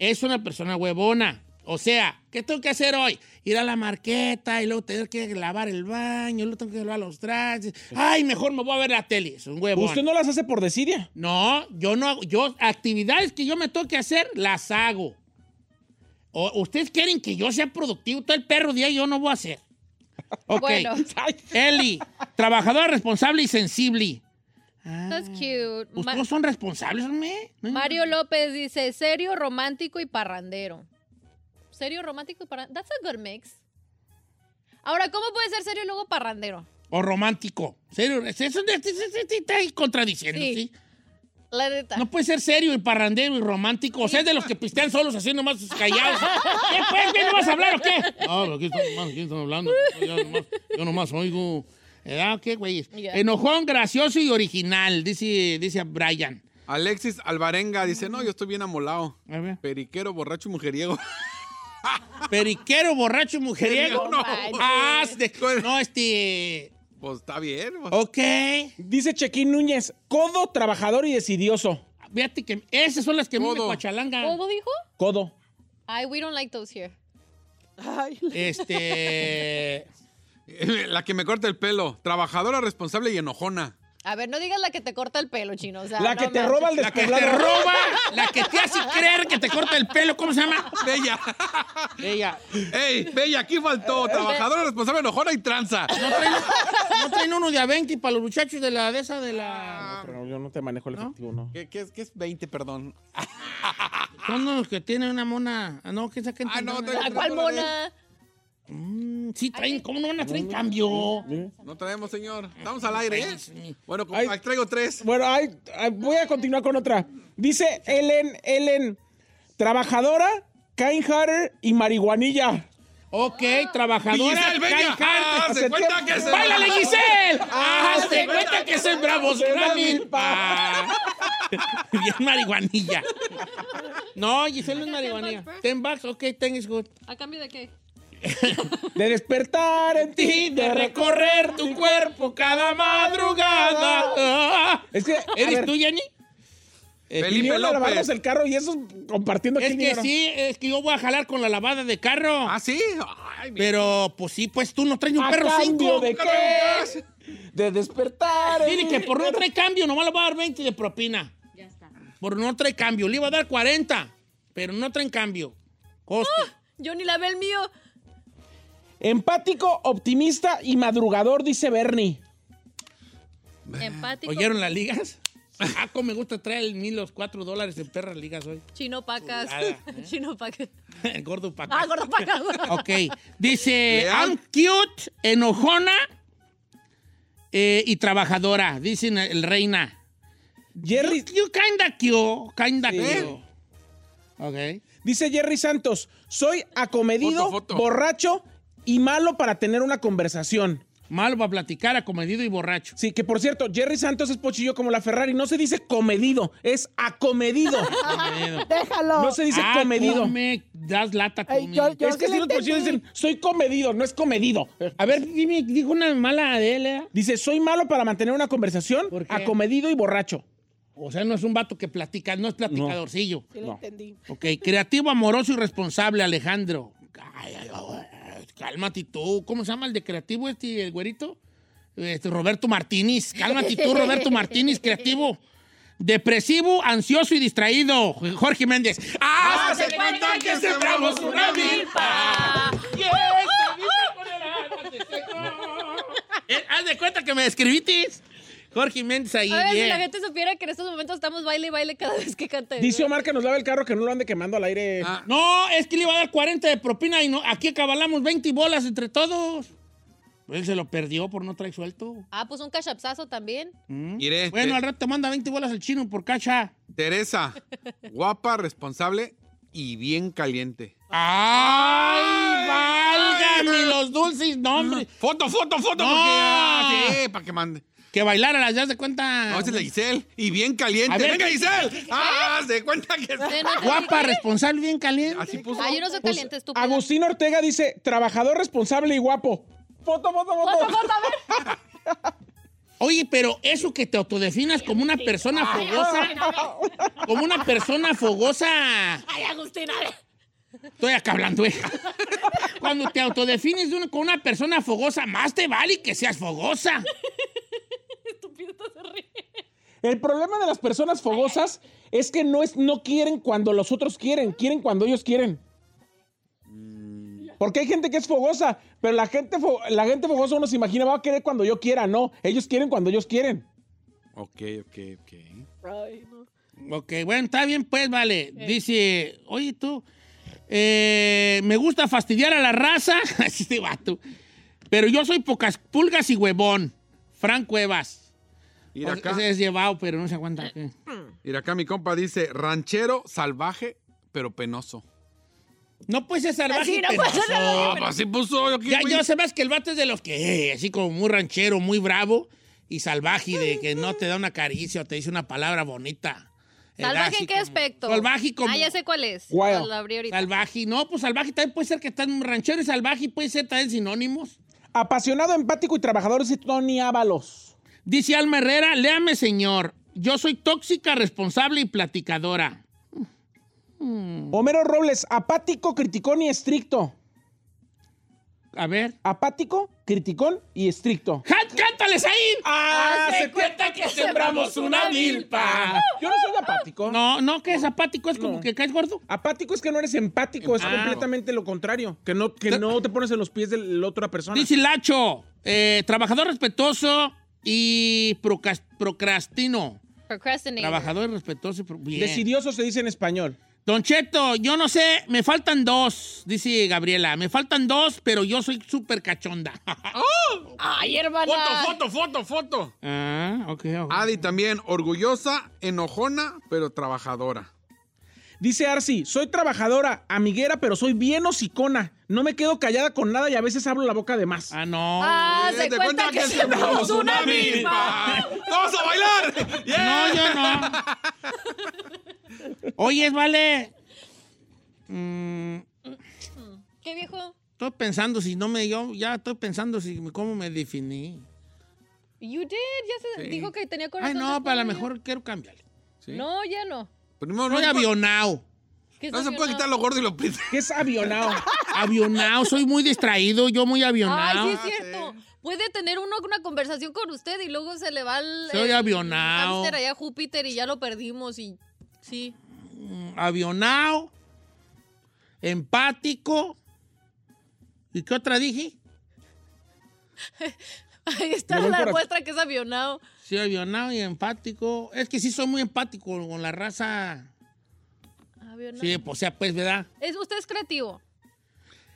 [SPEAKER 2] es una persona huevona. O sea, ¿qué tengo que hacer hoy? Ir a la marqueta y luego tener que lavar el baño, luego tengo que lavar los trastes. Ay, mejor me voy a ver la tele. Es un huevón.
[SPEAKER 4] Usted no las hace por desidia.
[SPEAKER 2] No, yo no hago, yo, actividades que yo me toque hacer, las hago. O, Ustedes quieren que yo sea productivo todo el perro día y yo no voy a hacer. Ok.
[SPEAKER 3] Bueno,
[SPEAKER 4] Ay,
[SPEAKER 2] Eli, trabajadora responsable y sensible.
[SPEAKER 3] that's cute. Ma-
[SPEAKER 2] ¿Ustedes no Ah. Pues son responsables, hombre? No hay-
[SPEAKER 3] Mario López dice, serio, romántico y parrandero. Serio, romántico y parrandero. That's a good mix. Ahora, ¿cómo puede ser serio y luego parrandero?
[SPEAKER 2] O romántico. Serio, eso eso- eso- eso- eso está ahí contradiciendo,
[SPEAKER 3] Sí.
[SPEAKER 2] ¿sí?
[SPEAKER 3] La neta.
[SPEAKER 2] No puede ser serio y parrandero y romántico. O sea, es de los que pistean solos haciendo más sus callados. ¿Qué pues? ¿Qué no vas a hablar o qué? No, pero aquí están, nomás, aquí están hablando. Yo ya nomás, yo nomás oigo. Eh, Ah, qué güey.
[SPEAKER 3] Ya.
[SPEAKER 2] Enojón, gracioso y original, dice, dice Brian.
[SPEAKER 5] Alexis Alvarenga dice: No, yo estoy bien amolado.
[SPEAKER 2] A ver.
[SPEAKER 5] Periquero, borracho y mujeriego.
[SPEAKER 2] Periquero, borracho, mujeriego.
[SPEAKER 5] No.
[SPEAKER 2] Ah, de- no, este.
[SPEAKER 5] Pues está bien. pues.
[SPEAKER 2] Ok.
[SPEAKER 4] Dice Chequín Núñez, codo, trabajador y decidioso.
[SPEAKER 2] Fíjate que esas son las que a mí me
[SPEAKER 5] Codo.
[SPEAKER 2] cuachalangan.
[SPEAKER 3] ¿Cómo dijo?
[SPEAKER 4] Codo.
[SPEAKER 3] Ay, we don't like those here.
[SPEAKER 6] Ay,
[SPEAKER 2] Este.
[SPEAKER 5] La que me corta el pelo. Trabajadora responsable y enojona.
[SPEAKER 3] A ver, no digas la que te corta el pelo, chino. O sea,
[SPEAKER 4] la
[SPEAKER 3] no
[SPEAKER 4] que te
[SPEAKER 3] manches.
[SPEAKER 4] roba el
[SPEAKER 2] La que
[SPEAKER 4] despoblado.
[SPEAKER 2] te roba, la que te hace creer que te corta el pelo, ¿cómo se llama?
[SPEAKER 5] Bella.
[SPEAKER 2] Ella.
[SPEAKER 5] ¡Ey! Bella, aquí faltó. Trabajadora responsable, enojona y tranza.
[SPEAKER 2] ¿No traen, no traen uno de a 20 para los muchachos de la de esa de la.
[SPEAKER 4] Pero yo no te manejo el efectivo, no.
[SPEAKER 5] ¿Qué, qué es, qué es 20, perdón?
[SPEAKER 2] Son los que tienen una mona. Ah, no, que saquen.
[SPEAKER 5] Ah, no,
[SPEAKER 2] tantana.
[SPEAKER 5] traen-
[SPEAKER 3] ¿A cuál mona?
[SPEAKER 2] Mm, Sí, traen, ¿cómo no van a traer cambio?
[SPEAKER 5] No traemos, señor. Estamos al aire, ¿eh? Bueno, como-
[SPEAKER 4] Ay.
[SPEAKER 5] ah, traigo tres.
[SPEAKER 4] Bueno, ay, ay, voy a continuar con otra. Dice Ellen, Ellen, trabajadora, kind hearted y marihuanilla. Ah.
[SPEAKER 2] Ok, trabajadora.
[SPEAKER 5] Giselle, venga.
[SPEAKER 2] Kai Hart.
[SPEAKER 5] Ah, se cuenta que se.
[SPEAKER 2] ¡Báilale, Giselle! ¡Ah, se cuenta que es bravos, Ah.
[SPEAKER 4] Se
[SPEAKER 2] una
[SPEAKER 4] la
[SPEAKER 2] milpa! Bien marihuanilla. No, Giselle no es marihuanilla. Ten bucks, ok, ten is good.
[SPEAKER 3] ¿A cambio de qué?
[SPEAKER 4] De despertar en
[SPEAKER 2] ti,
[SPEAKER 4] ti,
[SPEAKER 2] de recorrer tu cuerpo cada madrugada.
[SPEAKER 4] Es que,
[SPEAKER 2] ¿Eres
[SPEAKER 4] a ver,
[SPEAKER 2] tú, Jenny?
[SPEAKER 5] Felipe
[SPEAKER 4] vinieron a lavarnos
[SPEAKER 5] López.
[SPEAKER 4] Eh, el carro y esos compartiendo
[SPEAKER 2] Es
[SPEAKER 4] aquí,
[SPEAKER 2] que
[SPEAKER 4] vinieron.
[SPEAKER 2] sí, es que yo voy a jalar con la lavada de carro.
[SPEAKER 5] ¿Ah, sí? Ay, mi-
[SPEAKER 2] pero, pues sí, pues tú no traes ni un
[SPEAKER 4] ¿A
[SPEAKER 2] perro
[SPEAKER 4] cambio
[SPEAKER 2] cinco.
[SPEAKER 4] de
[SPEAKER 5] Nunca me
[SPEAKER 4] qué? De despertar. en
[SPEAKER 2] Dile
[SPEAKER 4] ti.
[SPEAKER 2] que por no traer cambio, nomás le voy a dar 20 de propina. Ya está. Por no traer cambio. Le iba a dar 40, pero no traen cambio. Coste.
[SPEAKER 3] Ah, Yo ni la ve el mío.
[SPEAKER 4] Empático, optimista y madrugador, dice Bernie.
[SPEAKER 3] Empático.
[SPEAKER 2] ¿Oyeron las ligas? Ah, como me gusta traer el mil, los cuatro dólares en perras ligas hoy.
[SPEAKER 3] Chino pacas.
[SPEAKER 2] Chulada, ¿eh?
[SPEAKER 3] Chino pacas.
[SPEAKER 2] El gordo paca.
[SPEAKER 3] Ah, gordo pacas.
[SPEAKER 2] Ok. Dice,
[SPEAKER 5] Leal.
[SPEAKER 2] I'm cute, enojona eh, y trabajadora. Dicen el reina.
[SPEAKER 4] Jerry,
[SPEAKER 2] You kinda cute, kinda cute. Ok.
[SPEAKER 4] dice Jerry Santos, soy acomedido,
[SPEAKER 5] Foto, foto.
[SPEAKER 4] borracho y malo para tener una conversación.
[SPEAKER 2] Malo para platicar, acomedido y borracho.
[SPEAKER 4] Sí, que por cierto, Jerry Santos es pochillo como la Ferrari. No se dice comedido, es acomedido.
[SPEAKER 2] Acomedido.
[SPEAKER 6] Déjalo.
[SPEAKER 4] No se dice
[SPEAKER 2] Ah,
[SPEAKER 4] comedido.
[SPEAKER 2] come, das lata
[SPEAKER 6] Ey,
[SPEAKER 2] come.
[SPEAKER 6] yo- yo-
[SPEAKER 4] es que
[SPEAKER 6] sí
[SPEAKER 4] si
[SPEAKER 6] lo
[SPEAKER 4] los pochillos
[SPEAKER 6] entendí.
[SPEAKER 4] dicen, soy comedido, no es comedido.
[SPEAKER 2] A ver, dime, dijo una mala de él, ¿eh?
[SPEAKER 4] Dice, soy malo para mantener una conversación,
[SPEAKER 2] ¿Por qué?
[SPEAKER 4] acomedido y borracho.
[SPEAKER 2] O sea, no es un vato que platica, no es platicadorcillo.
[SPEAKER 6] Sí lo entendí.
[SPEAKER 2] Ok, creativo, amoroso y responsable, Alejandro. Ay, ay, ay, cálmate tú. ¿Cómo se llama el de creativo este, el güerito? Este, Roberto Martínez. Cálmate tú, Roberto Martínez, creativo. Depresivo, ansioso y distraído. Jorge Méndez. ¡Ah, se cuenta que sembramos una milpa! ¡Y esta milpa con el alma te secó! Eh, Haz de cuenta que me describiste. Jorge Méndez ahí.
[SPEAKER 3] A ver, si
[SPEAKER 2] bien.
[SPEAKER 3] la gente supiera que en estos momentos estamos baile y baile cada vez que canta.
[SPEAKER 4] Dice Omar que nos lava el carro, que no lo ande quemando al aire.
[SPEAKER 5] Ah,
[SPEAKER 2] No, es que le iba a dar 40 de propina y no, aquí acabalamos 20 bolas entre todos. Él se lo perdió por no traer suelto.
[SPEAKER 3] Ah, pues un cachapsazo también.
[SPEAKER 5] iré.
[SPEAKER 2] Mm. Bueno,
[SPEAKER 5] Te-
[SPEAKER 2] al rato te manda 20 bolas al chino por cacha.
[SPEAKER 5] Teresa, guapa, responsable y bien caliente.
[SPEAKER 2] ¡Ay, válgame los dulces nombres!
[SPEAKER 5] Foto, foto, foto.
[SPEAKER 2] No,
[SPEAKER 5] porque, ah,
[SPEAKER 2] sí.
[SPEAKER 5] sí, para que mande.
[SPEAKER 2] Que bailara las ya de cuenta.
[SPEAKER 5] No, esa es la Giselle. Y bien
[SPEAKER 2] A
[SPEAKER 5] caliente.
[SPEAKER 2] ver,
[SPEAKER 5] ¡Venga,
[SPEAKER 2] ¿qué-
[SPEAKER 5] Giselle! ¡Ah, se cuenta que
[SPEAKER 3] Sí, no, no,
[SPEAKER 2] Guapa, responsable, bien caliente.
[SPEAKER 5] Así puso.
[SPEAKER 3] Ah, yo no soy
[SPEAKER 4] Pues,
[SPEAKER 3] caliente, estúpido.
[SPEAKER 4] Agustín Ortega dice, trabajador responsable y guapo. Foto, foto, foto.
[SPEAKER 2] Oye, pero eso que te autodefinas como una persona fogosa. Como una persona fogosa.
[SPEAKER 3] Ay, Agustín, a ver.
[SPEAKER 2] Estoy acá hablando, eh. Cuando te autodefines de una- con una persona fogosa, más te vale que seas fogosa.
[SPEAKER 4] El problema de las personas fogosas es que no, es, no quieren cuando los otros quieren, quieren cuando ellos quieren. Porque hay gente que es fogosa, pero la gente, fo- la gente fogosa uno se imagina va a querer cuando yo quiera, no, ellos quieren cuando ellos quieren.
[SPEAKER 5] Ok, ok, ok.
[SPEAKER 6] Ay, no.
[SPEAKER 2] Ok, bueno, está bien, pues, vale.
[SPEAKER 3] Eh.
[SPEAKER 2] Dice, oye, tú, eh, me gusta fastidiar a la raza, este vato, pero yo soy pocas pulgas y huevón. Fran Cuevas.
[SPEAKER 5] Ir
[SPEAKER 2] O sea,
[SPEAKER 5] acá,
[SPEAKER 2] Ese es llevado, pero no se aguanta. ¿qué?
[SPEAKER 5] ir acá, mi compa dice ranchero, salvaje, pero penoso.
[SPEAKER 2] No puede ser salvaje.
[SPEAKER 3] Así no
[SPEAKER 2] y
[SPEAKER 3] puede ser
[SPEAKER 2] penoso.
[SPEAKER 5] No, pues así puso. Yo, qué
[SPEAKER 2] Ya,
[SPEAKER 5] güey.
[SPEAKER 2] yo se más que el vato es de los que, eh, así como muy ranchero, muy bravo y salvaje, de que no te da una caricia o te dice una palabra bonita. El
[SPEAKER 3] ¿Salvaje
[SPEAKER 2] así
[SPEAKER 3] en qué
[SPEAKER 2] como-
[SPEAKER 3] aspecto?
[SPEAKER 2] Salvaje y como.
[SPEAKER 3] Ah, ya sé cuál es.
[SPEAKER 4] Guau.
[SPEAKER 3] Lo abrí ahorita.
[SPEAKER 2] Salvaje, no, pues salvaje también puede ser que tan ranchero y salvaje puede ser también sinónimos.
[SPEAKER 4] Apasionado, empático y trabajador dice Tony Ábalos.
[SPEAKER 2] Dice Alma Herrera, léame señor, yo soy tóxica, responsable y platicadora. Hmm.
[SPEAKER 4] Homero Robles, apático, criticón y estricto.
[SPEAKER 2] A ver.
[SPEAKER 4] Apático, criticón y estricto.
[SPEAKER 2] ¡Ja- ¡Cántales ahí!
[SPEAKER 4] Ah,
[SPEAKER 2] Haz de cuenta que sembramos una milpa.
[SPEAKER 4] Yo no soy apático.
[SPEAKER 2] No, no, que es apático, es como
[SPEAKER 4] No.
[SPEAKER 2] que caes gordo.
[SPEAKER 4] Apático es que no eres empático, es
[SPEAKER 2] Ah.
[SPEAKER 4] completamente lo contrario. Que no, que no te pones en los pies de la otra persona.
[SPEAKER 2] Dice Lacho, eh, trabajador respetuoso y procas- procrastino.
[SPEAKER 3] Procrastinator.
[SPEAKER 2] Trabajador respetuoso y pro- bien.
[SPEAKER 4] Decidioso se dice en español.
[SPEAKER 2] Don Cheto, yo no sé, me faltan dos, dice Gabriela. Me faltan dos, pero yo soy súper cachonda.
[SPEAKER 3] Ay, hermana.
[SPEAKER 5] Foto, foto, foto, foto.
[SPEAKER 2] ah, ok, ok.
[SPEAKER 5] Adi también, orgullosa, enojona, pero trabajadora.
[SPEAKER 4] Dice Arsi, soy trabajadora, amiguera, pero soy bien hocicona. No me quedo callada con nada y a veces hablo la boca de más.
[SPEAKER 2] Ah, no.
[SPEAKER 3] Ah, se
[SPEAKER 5] Hazte
[SPEAKER 3] cuenta, que, sembramos una
[SPEAKER 5] milpa.
[SPEAKER 3] milpa.
[SPEAKER 5] ¡Vamos a bailar! Yeah.
[SPEAKER 2] No, yo no. Oye, vale. Mm,
[SPEAKER 3] Mm. ¿Qué viejo?
[SPEAKER 2] estoy pensando si no me. Yo ya estoy pensando si cómo me definí.
[SPEAKER 3] You did. Ya se
[SPEAKER 5] Sí.
[SPEAKER 3] dijo que tenía corazón.
[SPEAKER 2] Ay, no, para lo
[SPEAKER 3] después,
[SPEAKER 2] mejor quiero cambiarle.
[SPEAKER 5] Sí.
[SPEAKER 3] No, ya no.
[SPEAKER 5] Primero, no,
[SPEAKER 2] Soy
[SPEAKER 5] se puede-
[SPEAKER 2] avionado.
[SPEAKER 3] ¿Qué
[SPEAKER 5] no se
[SPEAKER 3] estación,
[SPEAKER 5] puede quitar lo gordo y lo pinta.
[SPEAKER 4] Que es avionado.
[SPEAKER 2] Avionado, soy muy distraído, yo muy avionado.
[SPEAKER 3] Ay, sí es cierto. Puede tener uno una conversación con usted y luego se le va el.
[SPEAKER 2] Soy
[SPEAKER 3] el
[SPEAKER 2] avionao.
[SPEAKER 3] hámster allá a Júpiter y ya lo perdimos y. Sí.
[SPEAKER 2] mm, avionado, empático. ¿Y qué otra dije?
[SPEAKER 3] Ahí está
[SPEAKER 4] Me voy
[SPEAKER 3] la
[SPEAKER 4] por aquí.
[SPEAKER 3] muestra que es avionado.
[SPEAKER 2] Sí, avionado y empático. Es que sí soy muy empático con la raza.
[SPEAKER 3] Avionado.
[SPEAKER 2] Sí, pues sea, pues, ¿verdad?
[SPEAKER 3] Es, usted es creativo.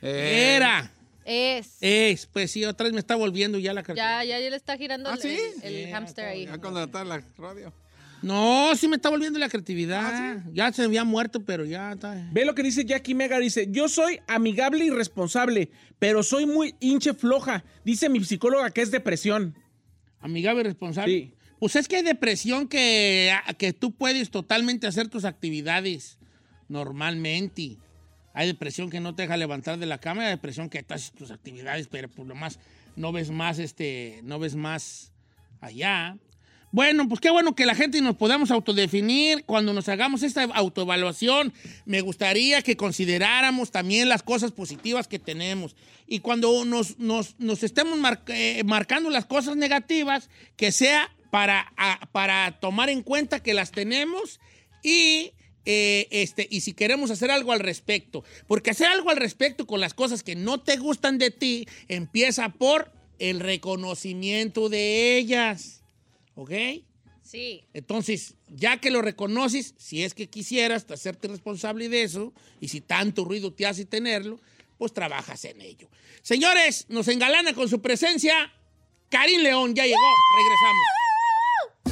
[SPEAKER 5] Eh,
[SPEAKER 2] Era.
[SPEAKER 3] Es.
[SPEAKER 2] Es, pues sí, otra vez me está volviendo ya la cartera.
[SPEAKER 3] Ya, ya, ya le está girando
[SPEAKER 5] ¿Ah,
[SPEAKER 3] el,
[SPEAKER 5] sí?
[SPEAKER 3] el
[SPEAKER 2] Sí,
[SPEAKER 3] hamster
[SPEAKER 2] ya
[SPEAKER 3] ahí.
[SPEAKER 5] Ya contratar la radio.
[SPEAKER 2] No, sí me está volviendo la creatividad. Ya se había muerto, pero ya está.
[SPEAKER 4] Ve lo que dice Jackie Mega, dice, yo soy amigable y responsable, pero soy muy hinche floja, dice mi psicóloga que es depresión.
[SPEAKER 2] Amigable y responsable.
[SPEAKER 4] Sí.
[SPEAKER 2] Pues es que hay depresión que, ah, que tú puedes totalmente hacer tus actividades normalmente. Hay depresión que no te deja levantar de la cama, hay depresión que haces tus actividades, pero por lo más no ves más este, no ves más allá. Bueno, pues qué bueno que la gente nos podamos autodefinir cuando nos hagamos esta autoevaluación. Me gustaría que consideráramos también las cosas positivas que tenemos. Y cuando nos, nos, nos estemos mar- eh, marcando las cosas negativas, que sea para, a- para tomar en cuenta que las tenemos y, eh, este, y si queremos hacer algo al respecto. Porque hacer algo al respecto con las cosas que no te gustan de ti empieza por el reconocimiento de ellas. ¿Ok?
[SPEAKER 3] Sí.
[SPEAKER 2] Entonces, ya que lo reconoces, si es que quisieras hacerte responsable de eso, y si tanto ruido te hace tenerlo, pues trabajas en ello. Señores, nos engalana con su presencia. Karim León ya llegó, regresamos.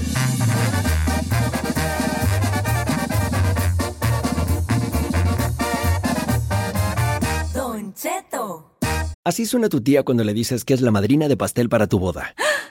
[SPEAKER 7] Así suena tu tía cuando le dices que es la madrina de pastel para tu boda.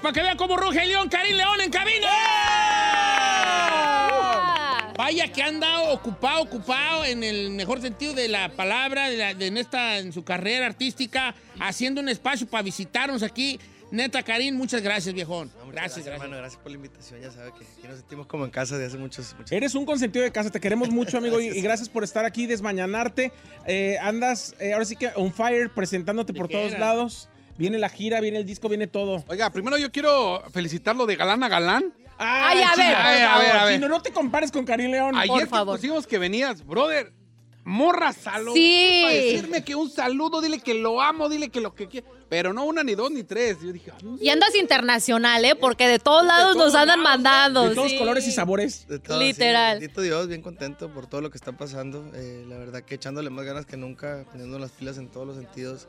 [SPEAKER 2] para que vean cómo ruge el león, Karim León en cabina.
[SPEAKER 3] Ah,
[SPEAKER 2] Vaya que han dado ocupado, ocupado en el mejor sentido de la palabra, de la- de en, esta, en su carrera artística, haciendo un espacio para visitarnos aquí. Neta, Karim, muchas gracias, viejón.
[SPEAKER 8] No, muchas
[SPEAKER 2] gracias, gracias.
[SPEAKER 8] hermano. Gracias por la invitación. Ya sabe que aquí nos sentimos como en casa de hace muchos, muchos
[SPEAKER 4] Eres un consentido de casa, te queremos mucho, amigo, y, y gracias por estar aquí, desmañanarte. Eh, andas, eh, ahora sí que on fire, presentándote por todos
[SPEAKER 2] Ligera.
[SPEAKER 4] lados. Viene la gira, viene el disco, viene todo.
[SPEAKER 5] Oiga, primero yo quiero felicitarlo de galán a galán.
[SPEAKER 4] ¡Ay,
[SPEAKER 3] a ver.
[SPEAKER 4] por
[SPEAKER 5] Ay, a ver, a
[SPEAKER 4] favor,
[SPEAKER 5] ver.
[SPEAKER 4] Chino, no te compares con Karim León.
[SPEAKER 5] Ayer
[SPEAKER 3] por
[SPEAKER 5] que
[SPEAKER 3] favor.
[SPEAKER 5] pusimos que venías, brother, morra salón.
[SPEAKER 3] Sí.
[SPEAKER 5] Para decirme que un saludo, dile que lo amo, dile que lo que quiera. Pero no una, ni dos, ni tres. Yo dije, ah, no sé.
[SPEAKER 3] Y andas internacional, ¿eh? Porque de todos lados nos andan mandando.
[SPEAKER 4] de todos
[SPEAKER 3] sí.
[SPEAKER 4] colores y sabores.
[SPEAKER 8] De todo,
[SPEAKER 3] Literal.
[SPEAKER 8] sí, bendito Dios, bien contento por todo lo que está pasando. Eh, la verdad que echándole más ganas que nunca, poniendo las pilas en todos los sentidos,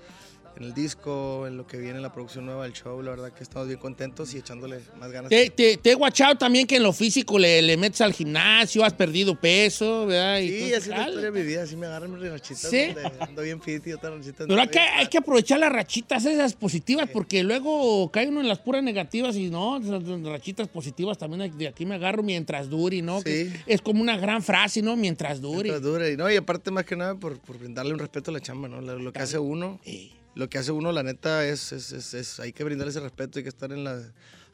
[SPEAKER 8] en el disco, en lo que viene, en la producción nueva del show. La verdad que estamos bien contentos y echándole más ganas.
[SPEAKER 2] Te, te- te he guachado también que en lo físico le, le metes al gimnasio, has perdido peso, ¿verdad? Y
[SPEAKER 8] Sí,
[SPEAKER 2] todo
[SPEAKER 8] así es
[SPEAKER 2] tal.
[SPEAKER 8] la historia de mi vida, así me agarran mis rachitas.
[SPEAKER 2] ¿Sí?
[SPEAKER 8] donde Ando bien fit y otras rachitas.
[SPEAKER 2] Pero
[SPEAKER 8] no
[SPEAKER 2] hay que,
[SPEAKER 8] bien
[SPEAKER 2] hay
[SPEAKER 8] fat.
[SPEAKER 2] que aprovechar las rachitas esas positivas, porque luego cae uno en las puras negativas y no, las rachitas positivas también hay- de aquí me agarro mientras dure, ¿no?
[SPEAKER 8] Sí.
[SPEAKER 2] Que Es como una gran frase, ¿no? Mientras dure.
[SPEAKER 8] Mientras dure. Y, no, y aparte, más que nada, por, por brindarle un respeto a la chamba, ¿no? Lo, lo que hace uno,
[SPEAKER 2] Sí.
[SPEAKER 8] lo que hace uno, la neta, es, es, es- es- hay que brindarle ese respeto, hay que estar en la,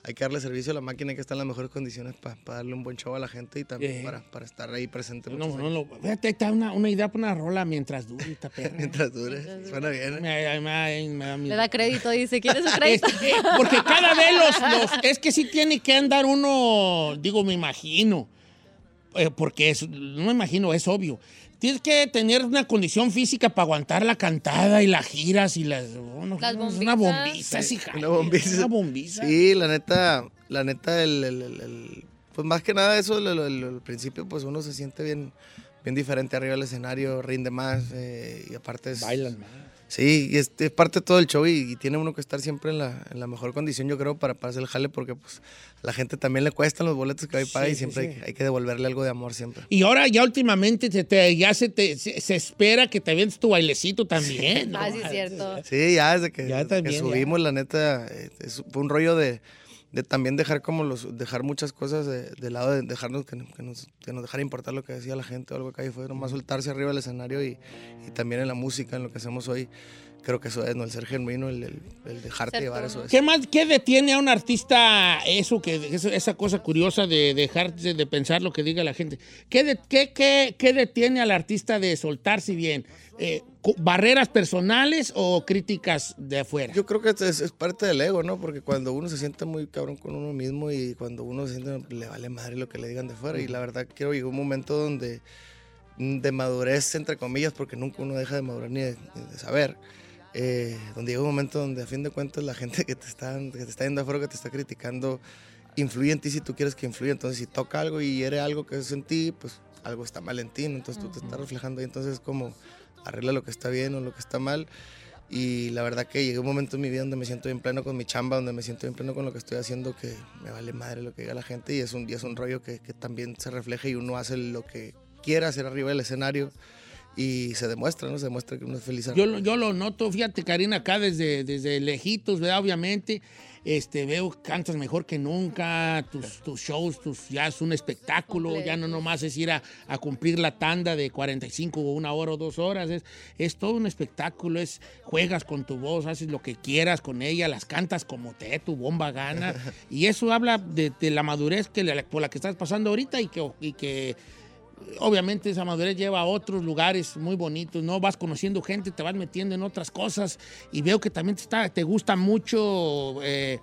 [SPEAKER 8] hay que darle servicio a la máquina que está en las mejores condiciones para darle un buen show a la gente y también
[SPEAKER 2] Eh.
[SPEAKER 8] para, para estar ahí presente.
[SPEAKER 2] No,
[SPEAKER 8] muchos
[SPEAKER 2] no,
[SPEAKER 8] años.
[SPEAKER 2] no. Fíjate, ahí está una, una idea para una rola mientras dure esta perra.
[SPEAKER 8] Mientras dure. Suena bien. ¿eh?
[SPEAKER 2] Me, me- me da miedo.
[SPEAKER 3] Le da crédito, dice, ¿quieres un crédito?
[SPEAKER 2] Este, Porque cada vez los, los- Es que sí tiene que andar uno, digo, me imagino. eh, porque es, no me imagino, es obvio. Tienes que tener una condición física para aguantar la cantada y las giras y las. oh, no,
[SPEAKER 3] Las
[SPEAKER 2] no, es Una
[SPEAKER 3] bombizas.
[SPEAKER 2] bombiza, sí, hija.
[SPEAKER 8] Una bombiza.
[SPEAKER 2] Una bombiza.
[SPEAKER 8] Sí, la neta, la neta, el, el- el- el- pues más que nada eso, el, el- el- el principio, pues uno se siente bien, bien diferente arriba del escenario, rinde más eh, y aparte es...
[SPEAKER 2] Bailan más.
[SPEAKER 8] Sí, y es, es parte de todo el show y, y tiene uno que estar siempre en la, en la mejor condición, yo creo, para, para hacer el jale, porque pues a la gente también le cuestan los boletos que hay para
[SPEAKER 2] Sí,
[SPEAKER 8] y
[SPEAKER 2] sí,
[SPEAKER 8] siempre
[SPEAKER 2] sí.
[SPEAKER 8] Hay, hay que devolverle algo de amor siempre.
[SPEAKER 2] Y ahora ya últimamente te- te- ya se, te- se, se espera que te vendes tu bailecito también. ¿no?
[SPEAKER 3] Ah, sí, es cierto.
[SPEAKER 8] Sí, ya desde que,
[SPEAKER 2] ¿eh? Ya
[SPEAKER 8] desde que
[SPEAKER 2] también, ya.
[SPEAKER 8] subimos, la neta, eh, es- fue un rollo de, de también dejar como los, dejar muchas cosas de, de lado, de dejarnos que, que nos, que nos dejara importar lo que decía la gente o algo que ahí fue nomás soltarse arriba del escenario y, y también en la música, en lo que hacemos hoy. Creo que eso es, ¿no? El ser genuino, el, el- el dejarte
[SPEAKER 3] Ser
[SPEAKER 8] llevar,
[SPEAKER 3] tú,
[SPEAKER 8] eso
[SPEAKER 3] ¿no?
[SPEAKER 8] es.
[SPEAKER 2] ¿Qué más, qué detiene a un artista eso que eso- esa cosa curiosa de dejar de, de pensar lo que diga la gente? ¿Qué, de- qué, qué- qué detiene al artista de soltarse bien? Eh, cu- ¿Barreras personales o críticas de afuera?
[SPEAKER 8] Yo creo que es, es parte del ego, ¿no? Porque cuando uno se siente muy cabrón con uno mismo y cuando uno se siente, le vale madre lo que le digan de fuera. Y la verdad, creo que llegó un momento donde mm, de madurez, entre comillas, porque nunca uno deja de madurar ni de, ni de saber. eh, donde llega un momento donde a fin de cuentas la gente que te está, que te está yendo afuera, que te está criticando, influye en ti si tú quieres que influya. Entonces, si toca algo y hiere algo que es en ti, pues algo está mal en ti. ¿no? Entonces, tú te estás reflejando ahí. Entonces, como arregla lo que está bien o lo que está mal. Y la verdad que llegué a un momento en mi vida donde me siento bien pleno con mi chamba, donde me siento bien pleno con lo que estoy haciendo, que me vale madre lo que diga la gente y es un, y es un rollo que, que también se refleja y uno hace lo que quiera hacer arriba del escenario y se demuestra, ¿no? Se demuestra que uno es feliz.
[SPEAKER 2] Yo, lo- yo lo noto, fíjate, Karina, acá desde, desde lejitos, ¿verdad? Obviamente, este, veo que cantas mejor que nunca, tus, tus shows, tus, ya es un espectáculo, ya no nomás es ir a, a cumplir la tanda de 45 o una hora o dos horas, es, es todo un espectáculo, es juegas con tu voz, haces lo que quieras con ella, las cantas como te dé tu bomba gana, y eso habla de, de la madurez que, la- por la que estás pasando ahorita y que... Y que Obviamente esa madurez lleva a otros lugares muy bonitos, ¿no? Vas conociendo gente, te vas metiendo en otras cosas y veo que también te, está- te gusta mucho eh,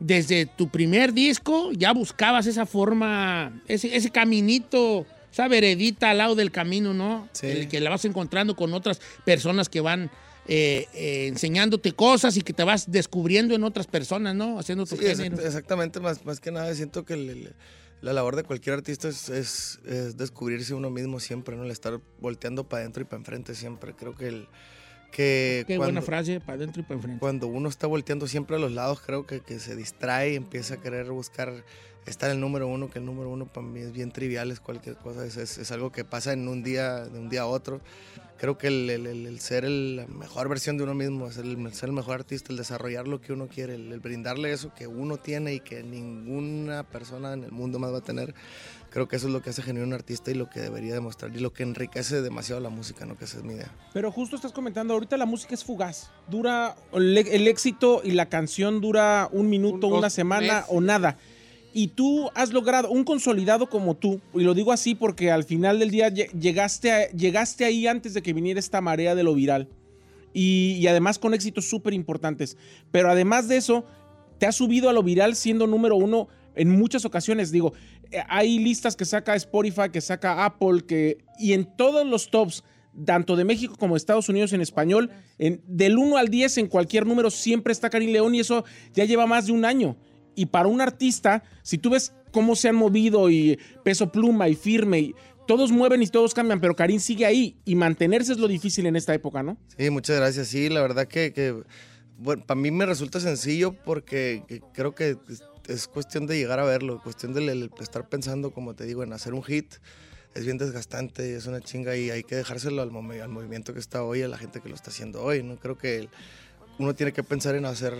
[SPEAKER 2] desde tu primer disco, ya buscabas esa forma, ese, ese caminito, esa veredita al lado del camino, ¿no?
[SPEAKER 8] Sí.
[SPEAKER 2] El que la vas encontrando con otras personas que van eh, eh, enseñándote cosas y que te vas descubriendo en otras personas, ¿no? Haciendo tu
[SPEAKER 8] Sí,
[SPEAKER 2] género.
[SPEAKER 8] exact- exactamente, más, más que nada siento que el- el- la labor de cualquier artista es, es- es descubrirse uno mismo siempre, ¿no? El estar volteando para adentro y para enfrente siempre. Creo que el... Que
[SPEAKER 2] Qué
[SPEAKER 8] cuando-
[SPEAKER 2] buena frase, para adentro y para enfrente.
[SPEAKER 8] cuando uno está volteando siempre a los lados, creo que, que se distrae y empieza a querer buscar estar el número uno, que el número uno para mí es bien trivial, es cualquier cosa, es, es- es algo que pasa en un día, de un día a otro. Creo que el, el- el- el ser el- la mejor versión de uno mismo, ser el, ser el mejor artista, el desarrollar lo que uno quiere, el, el brindarle eso que uno tiene y que ninguna persona en el mundo más va a tener, creo que eso es lo que hace genuino un artista y lo que debería demostrar y lo que enriquece demasiado la música, ¿no? Que esa es mi idea.
[SPEAKER 4] Pero justo estás comentando, ahorita la música es fugaz. Dura el, el éxito y la canción dura un minuto,
[SPEAKER 5] Un-
[SPEAKER 4] una
[SPEAKER 5] dos
[SPEAKER 4] semana
[SPEAKER 5] meses.
[SPEAKER 4] o nada. Y tú has logrado un consolidado como tú, y lo digo así porque al final del día lle- llegaste, a- llegaste ahí antes de que viniera esta marea de lo viral. Y, y además con éxitos súper importantes. Pero además de eso, te has subido a lo viral siendo número uno en muchas ocasiones. Digo, eh, hay listas que saca Spotify, que saca Apple, que, y en todos los tops, tanto de México como de Estados Unidos en español, en, del 1 al 10 en cualquier número siempre está Karim León y eso ya lleva más de un año. Y para un artista, si tú ves cómo se han movido y peso pluma y firme, y todos mueven y todos cambian, pero Karim sigue ahí y mantenerse es lo difícil en esta época, ¿no?
[SPEAKER 8] Sí, muchas gracias. Sí, la verdad que, que, bueno, para mí me resulta sencillo porque que- creo que es- es cuestión de llegar a verlo, cuestión de le- le- estar pensando, como te digo, en hacer un hit. Es bien desgastante, es una chinga y hay que dejárselo al, movi- al movimiento que está hoy, a la gente que lo está haciendo hoy. No creo que el- uno tiene que pensar en hacer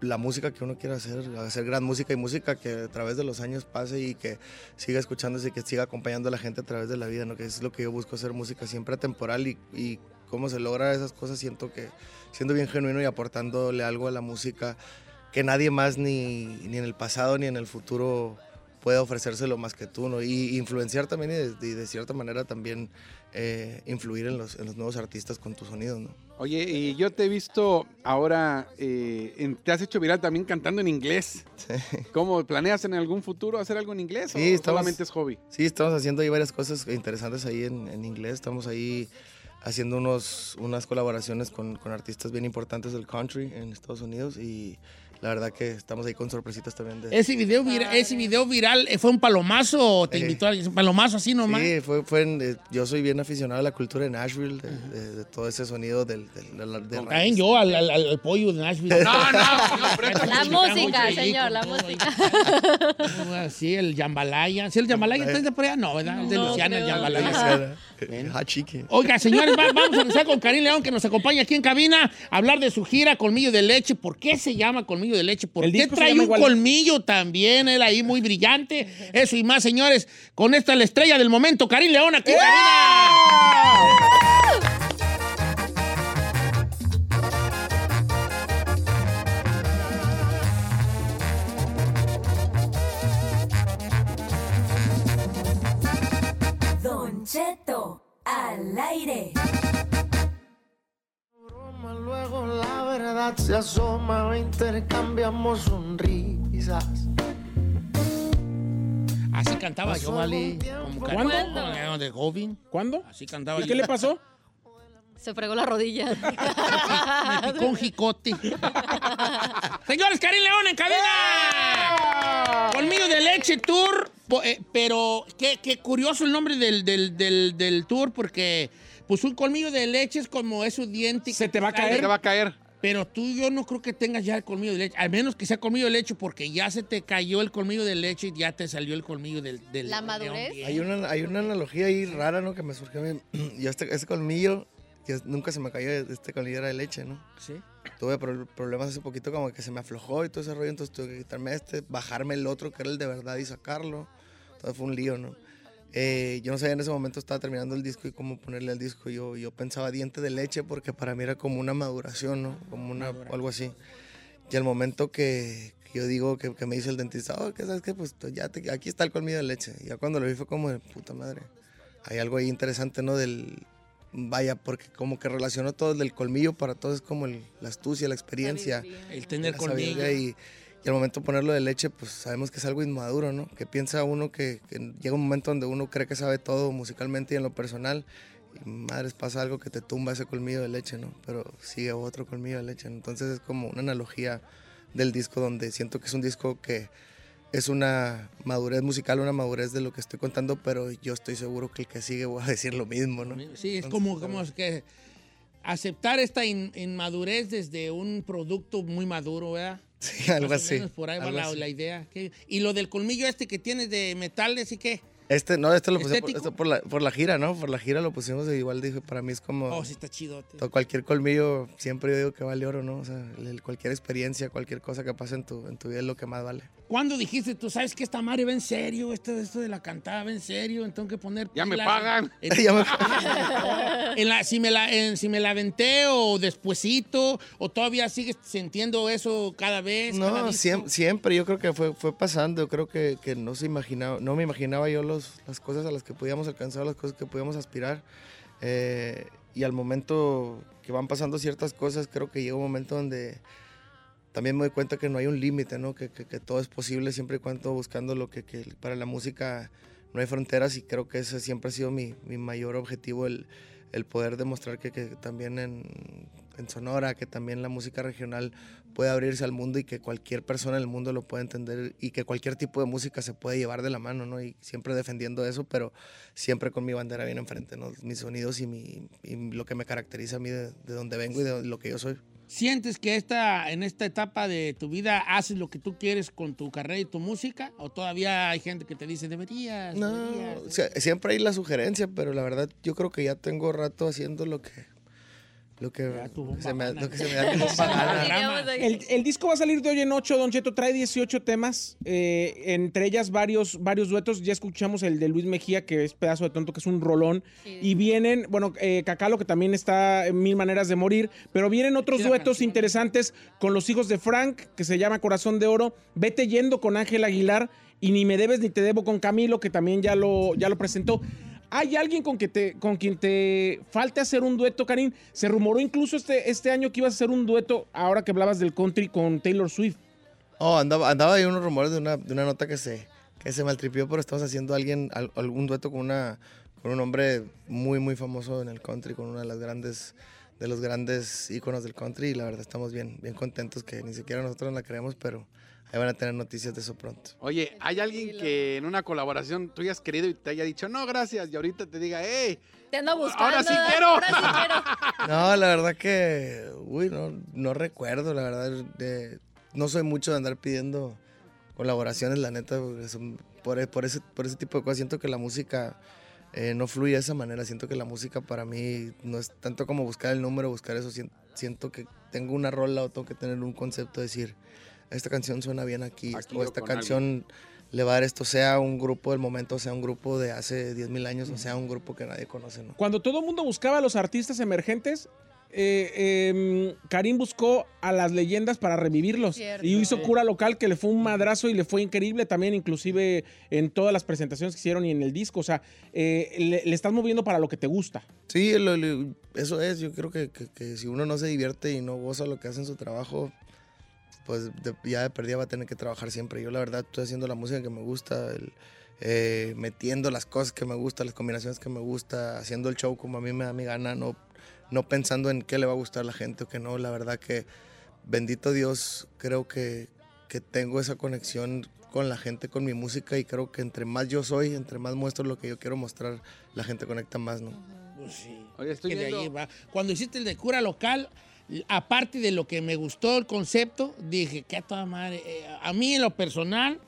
[SPEAKER 8] la música que uno quiere hacer, hacer gran música y música que a través de los años pase y que siga escuchándose y que siga acompañando a la gente a través de la vida, ¿no? que es lo que yo busco hacer música siempre atemporal y, y cómo se logra esas cosas siento que siendo bien genuino y aportándole algo a la música que nadie más ni, ni en el pasado ni en el futuro puede ofrecérselo más que tú, ¿no? Y influenciar también y de, y de cierta manera también eh, influir en los, en los nuevos artistas con tu sonido, ¿no?
[SPEAKER 5] Oye, y yo te he visto ahora, eh, en- te has hecho viral también cantando en inglés. ¿Cómo planeas en algún futuro hacer algo en inglés o
[SPEAKER 8] estamos-
[SPEAKER 5] solamente es hobby?
[SPEAKER 8] Sí, estamos haciendo ahí varias cosas interesantes ahí en, en inglés. Estamos ahí haciendo unos, unas colaboraciones con, con artistas bien importantes del country en Estados Unidos y la verdad que estamos ahí con sorpresitas también de...
[SPEAKER 2] ¿Ese video, vira- ese video viral eh, fue un palomazo o te
[SPEAKER 8] Eh.
[SPEAKER 2] invitó a alguien? ¿Palomazo así nomás?
[SPEAKER 8] Sí, fue, fue en- eh, yo soy bien aficionado a la cultura de Nashville, de, de- de todo ese sonido del... del- de la- de
[SPEAKER 2] También yo al, al- al- al pollo de Nashville.
[SPEAKER 5] No,
[SPEAKER 2] Ah,
[SPEAKER 3] La música, señor, la música.
[SPEAKER 2] no. Sí, el jambalaya. ¿Sí el jambalaya está de por allá? No, ¿verdad? El de
[SPEAKER 3] No,
[SPEAKER 2] Luciana, el
[SPEAKER 3] creo.
[SPEAKER 2] jambalaya.
[SPEAKER 8] Ven. Hot chicken.
[SPEAKER 2] Oiga, señores, va- vamos a empezar con Karim León, que nos acompaña aquí en cabina, a hablar de su gira Colmillo de Leche. ¿Por qué se llama Colmillo de Leche? ¿Por
[SPEAKER 4] El
[SPEAKER 2] qué
[SPEAKER 4] disco se
[SPEAKER 2] trae
[SPEAKER 4] llama
[SPEAKER 2] un
[SPEAKER 4] igual.
[SPEAKER 2] colmillo también? Él ahí muy brillante. Eso y más, señores. Con esta la estrella del momento, Karim León, aquí en cabina.
[SPEAKER 9] Don Cheto al aire.
[SPEAKER 10] Luego la verdad se asoma, intercambiamos sonrisas.
[SPEAKER 2] Así cantaba yo, vale. Como
[SPEAKER 4] ¿Cuándo?
[SPEAKER 2] Karim León de Gobin.
[SPEAKER 4] ¿Cuándo?
[SPEAKER 2] Así cantaba
[SPEAKER 4] ¿Y
[SPEAKER 2] yo.
[SPEAKER 4] qué le pasó?
[SPEAKER 3] Se fregó la rodilla.
[SPEAKER 2] Me picó un jicote. Señores, Karim León en
[SPEAKER 4] ¡Eh!
[SPEAKER 2] cabina. Colmillo de leche tour. po- eh, pero qué, qué curioso el nombre del, del- del- del tour porque pues un colmillo de leche es como eso diente.
[SPEAKER 4] Se te va a
[SPEAKER 5] Te
[SPEAKER 4] caer.
[SPEAKER 5] va a caer.
[SPEAKER 2] Pero tú yo no creo que tengas ya el colmillo de leche. Al menos que sea colmillo de leche porque ya se te cayó el colmillo de leche y ya te salió el colmillo del... del
[SPEAKER 3] La
[SPEAKER 2] león
[SPEAKER 3] madurez.
[SPEAKER 2] bien.
[SPEAKER 8] Hay una, hay una analogía ahí rara, ¿no? Que me surgió a mí. Yo este, ese colmillo, que es- nunca se me cayó, este colmillo era de leche, ¿no?
[SPEAKER 2] Sí.
[SPEAKER 8] Tuve pro- problemas hace poquito como que se me aflojó y todo ese rollo, entonces tuve que quitarme este, bajarme el otro que era el de verdad y sacarlo. Entonces fue un lío, ¿no? Eh, yo no sabía en ese momento, estaba terminando el disco y cómo ponerle al disco. Yo, yo pensaba diente de leche porque para mí era como una maduración, ¿no? Como una, algo así. Y al momento que, que yo digo que, que me dice el dentista, oh, que sabes que pues tú ya te- aquí está el colmillo de leche. Ya cuando lo vi fue como de puta madre. Hay algo ahí interesante, ¿no? Del. Vaya, porque como que relaciono todo el del colmillo para todos, es como el- la astucia, la experiencia,
[SPEAKER 2] El tener
[SPEAKER 8] la
[SPEAKER 2] colmillo.
[SPEAKER 8] sabiduría. Y, y al momento de ponerlo de leche, pues sabemos que es algo inmaduro, ¿no? Que piensa uno que, que llega un momento donde uno cree que sabe todo musicalmente y en lo personal. Y madres, pasa algo que te tumba ese colmillo de leche, ¿no? Pero sigue otro colmillo de leche. ¿no? Entonces es como una analogía del disco donde siento que es un disco que es una madurez musical, una madurez de lo que estoy contando, pero yo estoy seguro que el que sigue va a decir lo mismo, ¿no?
[SPEAKER 2] Sí,
[SPEAKER 8] Entonces,
[SPEAKER 2] es como,
[SPEAKER 8] está
[SPEAKER 2] como
[SPEAKER 8] bien.
[SPEAKER 2] es que aceptar esta in- inmadurez desde un producto muy maduro, ¿verdad?
[SPEAKER 8] Sí, algo
[SPEAKER 2] Más o
[SPEAKER 8] así.
[SPEAKER 2] menos por ahí va
[SPEAKER 8] algo
[SPEAKER 2] la,
[SPEAKER 8] así.
[SPEAKER 2] la idea. ¿Qué- Y lo del colmillo este que tienes de metales y qué.
[SPEAKER 8] Este, no, este lo puse por,
[SPEAKER 2] ¿Estético?
[SPEAKER 8] esto por la, por la gira, ¿no? Por la gira lo pusimos y igual dije, para mí es como...
[SPEAKER 2] Oh, sí, está chido.
[SPEAKER 8] to- Cualquier colmillo, siempre yo digo que vale oro, ¿no? O sea, el- cualquier experiencia, cualquier cosa que pase en tu, en tu vida es lo que más vale.
[SPEAKER 2] ¿Cuándo dijiste tú, sabes que esta madre va en serio? Esto, esto de la cantada va en serio, tengo que poner.
[SPEAKER 5] Ya me
[SPEAKER 2] pilas"?
[SPEAKER 5] pagan.
[SPEAKER 2] En-
[SPEAKER 8] Ya me-
[SPEAKER 2] en la- si, me la, en- si me la aventé o despuesito, o todavía sigues sintiendo eso cada vez. cada
[SPEAKER 8] No,
[SPEAKER 2] disco?
[SPEAKER 8] siem- siempre, yo creo que fue, fue pasando, yo creo que, que no se imaginaba, no me imaginaba yo los, las cosas a las que podíamos alcanzar, las cosas que podíamos aspirar. Eh, y al momento que van pasando ciertas cosas, creo que llega un momento donde también me doy cuenta que no hay un límite, ¿no? Que, que- que todo es posible siempre y cuando buscando lo que, que para la música no hay fronteras y creo que ese siempre ha sido mi, mi mayor objetivo, el, el poder demostrar que, que también en, en Sonora, que también la música regional puede abrirse al mundo y que cualquier persona en el mundo lo puede entender y que cualquier tipo de música se puede llevar de la mano, ¿no? Y siempre defendiendo eso, pero siempre con mi bandera bien enfrente, ¿no? Mis sonidos y, mi, y lo que me caracteriza a mí de, de donde vengo y de lo que yo soy.
[SPEAKER 2] ¿Sientes que esta, en esta etapa de tu vida haces lo que tú quieres con tu carrera y tu música? ¿O todavía hay gente que te dice, deberías?
[SPEAKER 8] No,
[SPEAKER 2] deberías"?
[SPEAKER 8] o sea, siempre hay la sugerencia, pero la verdad yo creo que ya tengo rato haciendo lo que Lo que, se me, lo que se me da como banana.
[SPEAKER 4] El, el disco va a salir de hoy en 8, Don Cheto trae 18 temas, eh, entre ellas varios, varios duetos. Ya escuchamos el de Luis Mejía, que es pedazo de tonto, que es un rolón. Y vienen, bueno, eh, Cacalo, que también está en Mil Maneras de Morir, pero vienen otros duetos interesantes con los hijos de Frank, que se llama Corazón de Oro, Vete Yendo con Ángel Aguilar y Ni Me Debes Ni Te Debo con Camilo, que también ya lo, ya lo presentó. ¿Hay alguien con, que te, con quien te falte hacer un dueto, Karim? Se rumoró incluso este, este año que ibas a hacer un dueto, ahora que hablabas del country, con Taylor Swift.
[SPEAKER 8] Oh, andaba, andaba ahí unos rumores de una, de una nota que se, que se maltripió, pero estamos haciendo alguien, al- algún dueto con, una, con un hombre muy, muy famoso en el country, con una de las grandes de los grandes íconos del country y la verdad estamos bien, bien contentos que ni siquiera nosotros la creemos, pero ahí van a tener noticias de eso pronto.
[SPEAKER 5] Oye, ¿hay alguien que en una colaboración tú hayas querido y te haya dicho, no, gracias, y ahorita te diga, hey,
[SPEAKER 3] Te ando buscando.
[SPEAKER 5] ahora sí quiero?
[SPEAKER 8] No, la verdad que, uy, no, no recuerdo, la verdad, de- no soy mucho de andar pidiendo colaboraciones, la neta, porque son- por, e- por ese, por ese tipo de cosas siento que la música eh, no fluye de esa manera, siento que la música para mí no es tanto como buscar el número, buscar eso, sien- siento que tengo una rola o tengo que tener un concepto, decir, esta canción suena bien aquí,
[SPEAKER 5] Aquí
[SPEAKER 8] o
[SPEAKER 5] o
[SPEAKER 8] esta
[SPEAKER 5] con
[SPEAKER 8] canción le va a dar esto, sea un grupo del momento, sea un grupo de hace 10.000 años, o sea un grupo que nadie conoce, ¿no?
[SPEAKER 4] Cuando todo el mundo buscaba a los artistas emergentes, eh, eh, Karim buscó a las leyendas para revivirlos.
[SPEAKER 11] Cierto.
[SPEAKER 4] Y hizo cura local que le fue un madrazo y le fue increíble también, inclusive en todas las presentaciones que hicieron y en el disco. O sea, eh, le- le estás moviendo para lo que te gusta.
[SPEAKER 8] Sí, lo- lo- eso es. Yo creo que, que- que si uno no se divierte y no goza lo que hace en su trabajo, pues de- ya de perdida va a tener que trabajar siempre. Yo la verdad estoy haciendo la música que me gusta, el- eh, metiendo las cosas que me gustan, las combinaciones que me gusta, haciendo el show como a mí me da mi gana, no, no pensando en qué le va a gustar a la gente o qué no. La verdad que bendito Dios, creo que, que tengo esa conexión con la gente, con mi música y creo que entre más yo soy, entre más muestro lo que yo quiero mostrar, la gente conecta más, ¿no?
[SPEAKER 2] Pues sí.
[SPEAKER 5] Oye,
[SPEAKER 8] estoy
[SPEAKER 2] que de
[SPEAKER 8] viendo-
[SPEAKER 2] ahí va. Cuando hiciste el de cura local, aparte de lo que me gustó el concepto, dije, que a toda madre. Eh, a mí, en lo personal,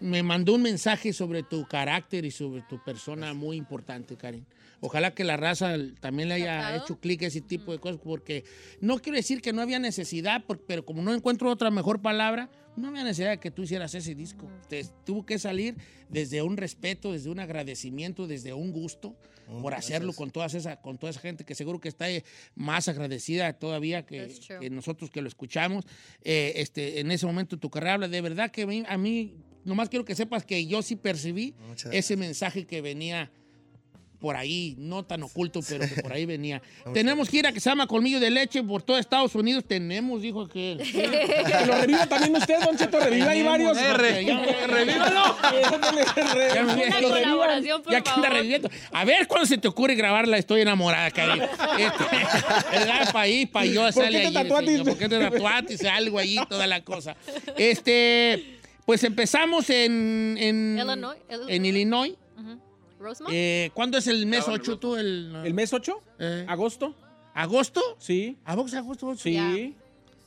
[SPEAKER 2] me mandó un mensaje sobre tu carácter y sobre tu persona muy importante, Karen. Ojalá que la raza también le haya hecho clic a ese tipo de cosas, porque no quiero decir que no había necesidad, por- pero como no encuentro otra mejor palabra, no había necesidad de que tú hicieras ese disco. Te- tuvo que salir desde un respeto, desde un agradecimiento, desde un gusto
[SPEAKER 11] Oh,
[SPEAKER 2] por hacerlo
[SPEAKER 11] gracias.
[SPEAKER 2] con, todas esa, con toda esa gente que seguro que está eh, más agradecida todavía que,
[SPEAKER 11] That's true.
[SPEAKER 2] que nosotros que lo escuchamos. Eh, este, en ese momento tu carrera habla. De verdad que a mí, a mí, nomás quiero que sepas que yo sí percibí
[SPEAKER 8] Muchas
[SPEAKER 2] ese mensaje que venía por ahí, no tan oculto, pero que por ahí venía.
[SPEAKER 8] Muchas
[SPEAKER 2] Tenemos gira que se llama Colmillo de Leche por todo Estados Unidos. Tenemos, dijo que...
[SPEAKER 4] Que lo reviva también usted, Don Cheto, reviva ahí varios.
[SPEAKER 2] R, revívalo. Ya me-
[SPEAKER 4] Una
[SPEAKER 2] lo revivan.
[SPEAKER 4] colaboración, por
[SPEAKER 2] Ya que anda
[SPEAKER 4] favor.
[SPEAKER 2] reviviendo. A ver cuándo se te ocurre grabar la Estoy enamorada, cariño. Este, ¿Verdad? Pa' ahí, pa' yo,
[SPEAKER 11] ¿Por
[SPEAKER 2] sale
[SPEAKER 11] qué te
[SPEAKER 2] ahí,
[SPEAKER 11] tatuaste?
[SPEAKER 2] señor. ¿Por qué te tatuaste? Algo ahí, toda la cosa. Este, pues empezamos en... en
[SPEAKER 3] Illinois, Illinois.
[SPEAKER 2] En Illinois.
[SPEAKER 3] Rosemont.
[SPEAKER 2] Eh, ¿Cuándo es el mes 8 tú? ¿El, Eh.
[SPEAKER 4] mes 8? ¿Agosto?
[SPEAKER 2] ¿Agosto?
[SPEAKER 4] Sí.
[SPEAKER 2] ¿A vos agosto?
[SPEAKER 4] Sí.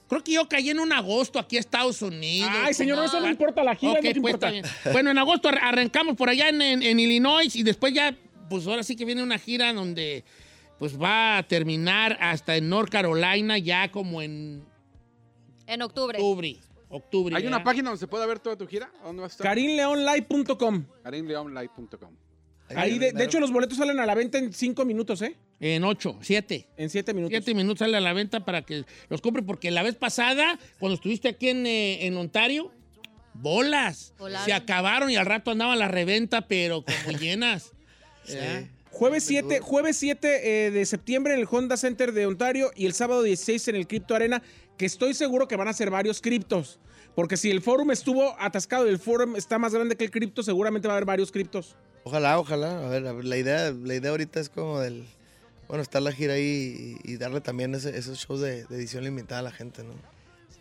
[SPEAKER 2] Creo que yo caí en un agosto aquí a Estados Unidos.
[SPEAKER 4] Ay, señor, eso no importa, la gira
[SPEAKER 2] Ok,
[SPEAKER 4] no te
[SPEAKER 2] pues,
[SPEAKER 4] importa.
[SPEAKER 2] está bien. Bueno, en agosto ar- arrancamos por allá en, en- en Illinois y después ya, pues ahora sí que viene una gira donde pues va a terminar hasta en North Carolina ya como en
[SPEAKER 3] En octubre.
[SPEAKER 2] octubre. Octubre.
[SPEAKER 5] ¿Hay
[SPEAKER 2] ya.
[SPEAKER 5] una página donde se puede ver toda tu gira? ¿A ¿Dónde vas a estar?
[SPEAKER 4] KarimLeonLive.com.
[SPEAKER 5] KarimLeonLive.com.
[SPEAKER 4] Ahí, de, de hecho, los boletos salen a la venta en 5 minutos, ¿eh?
[SPEAKER 2] En 8, 7.
[SPEAKER 4] En 7 minutos.
[SPEAKER 2] Siete minutos sale a la venta para que los compre, porque la vez pasada, cuando estuviste aquí en, eh, en Ontario, bolas.
[SPEAKER 11] Volaron.
[SPEAKER 2] Se acabaron y al rato andaban la reventa, pero como llenas. ¿verdad?
[SPEAKER 4] Jueves 7, jueves 7 eh, de septiembre en el Honda Center de Ontario y el sábado 16 en el Crypto Arena, que estoy seguro que van a ser varios criptos. Porque si el forum estuvo atascado y el forum está más grande que el cripto, seguramente va a haber varios criptos.
[SPEAKER 8] Ojalá, ojalá. A ver, a ver, la idea, la idea ahorita es como del. Bueno, estar la gira ahí y, y darle también ese- esos shows de, de edición limitada a la gente, ¿no?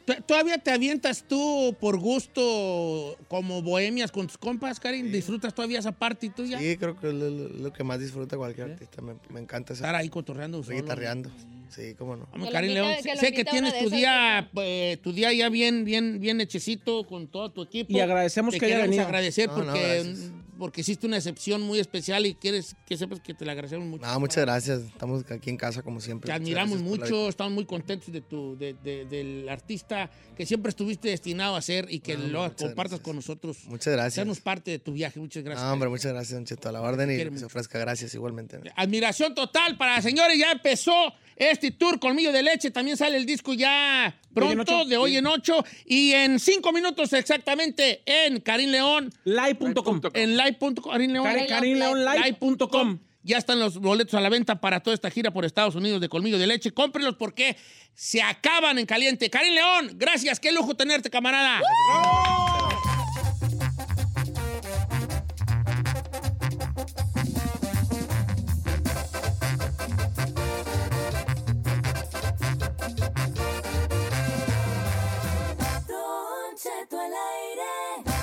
[SPEAKER 2] T- ¿Todavía te avientas tú por gusto como bohemias con tus compas, Karin? ¿Disfrutas todavía esa parte tuya?
[SPEAKER 8] Sí, creo que es lo, lo- lo que más disfruta cualquier artista. Me, me encanta
[SPEAKER 2] Estar ahí cotorreando solo.
[SPEAKER 8] Guitarreando. Sí, cómo no.
[SPEAKER 2] Vamos, Karin León, sé- sé que tienes tu día, eh, tu día ya bien, bien, bien hechecito con todo tu equipo.
[SPEAKER 4] Y agradecemos
[SPEAKER 2] Te
[SPEAKER 4] que haya
[SPEAKER 2] queremos
[SPEAKER 4] venido.
[SPEAKER 2] agradecer
[SPEAKER 4] No, no,
[SPEAKER 2] porque
[SPEAKER 4] gracias.
[SPEAKER 2] mm, porque hiciste una excepción muy especial y quieres que sepas que te la agradecemos mucho.
[SPEAKER 8] Nada, muchas gracias. Estamos aquí en casa como siempre.
[SPEAKER 2] Te
[SPEAKER 8] Muchas
[SPEAKER 2] admiramos
[SPEAKER 8] gracias por la
[SPEAKER 2] mucho, estamos muy contentos de tu, de- de- del artista que siempre estuviste destinado a ser y que
[SPEAKER 8] No, hombre,
[SPEAKER 2] lo
[SPEAKER 8] muchas
[SPEAKER 2] compartas con nosotros.
[SPEAKER 8] Muchas gracias.
[SPEAKER 2] Seamos parte de tu viaje, muchas gracias.
[SPEAKER 8] No, hombre, muchas gracias, Don Cheto. A la orden
[SPEAKER 2] Te
[SPEAKER 8] y
[SPEAKER 2] quiere
[SPEAKER 8] lo que se
[SPEAKER 2] mucho.
[SPEAKER 8] ofrezca. Gracias igualmente.
[SPEAKER 2] Admiración total para señores, ya empezó este tour Colmillo de Leche, también sale el disco ya pronto, de hoy en ocho, y en cinco minutos exactamente en Karin León. Live.com. En live.com. Karin León.
[SPEAKER 4] Karin- Karin León Live.
[SPEAKER 2] Live.com. Ya están los boletos a la venta para toda esta gira por Estados Unidos de Colmillo de Leche. Cómprenlos porque se acaban en caliente. Karin León, gracias. Qué lujo tenerte, camarada.
[SPEAKER 9] Don Cheto al aire.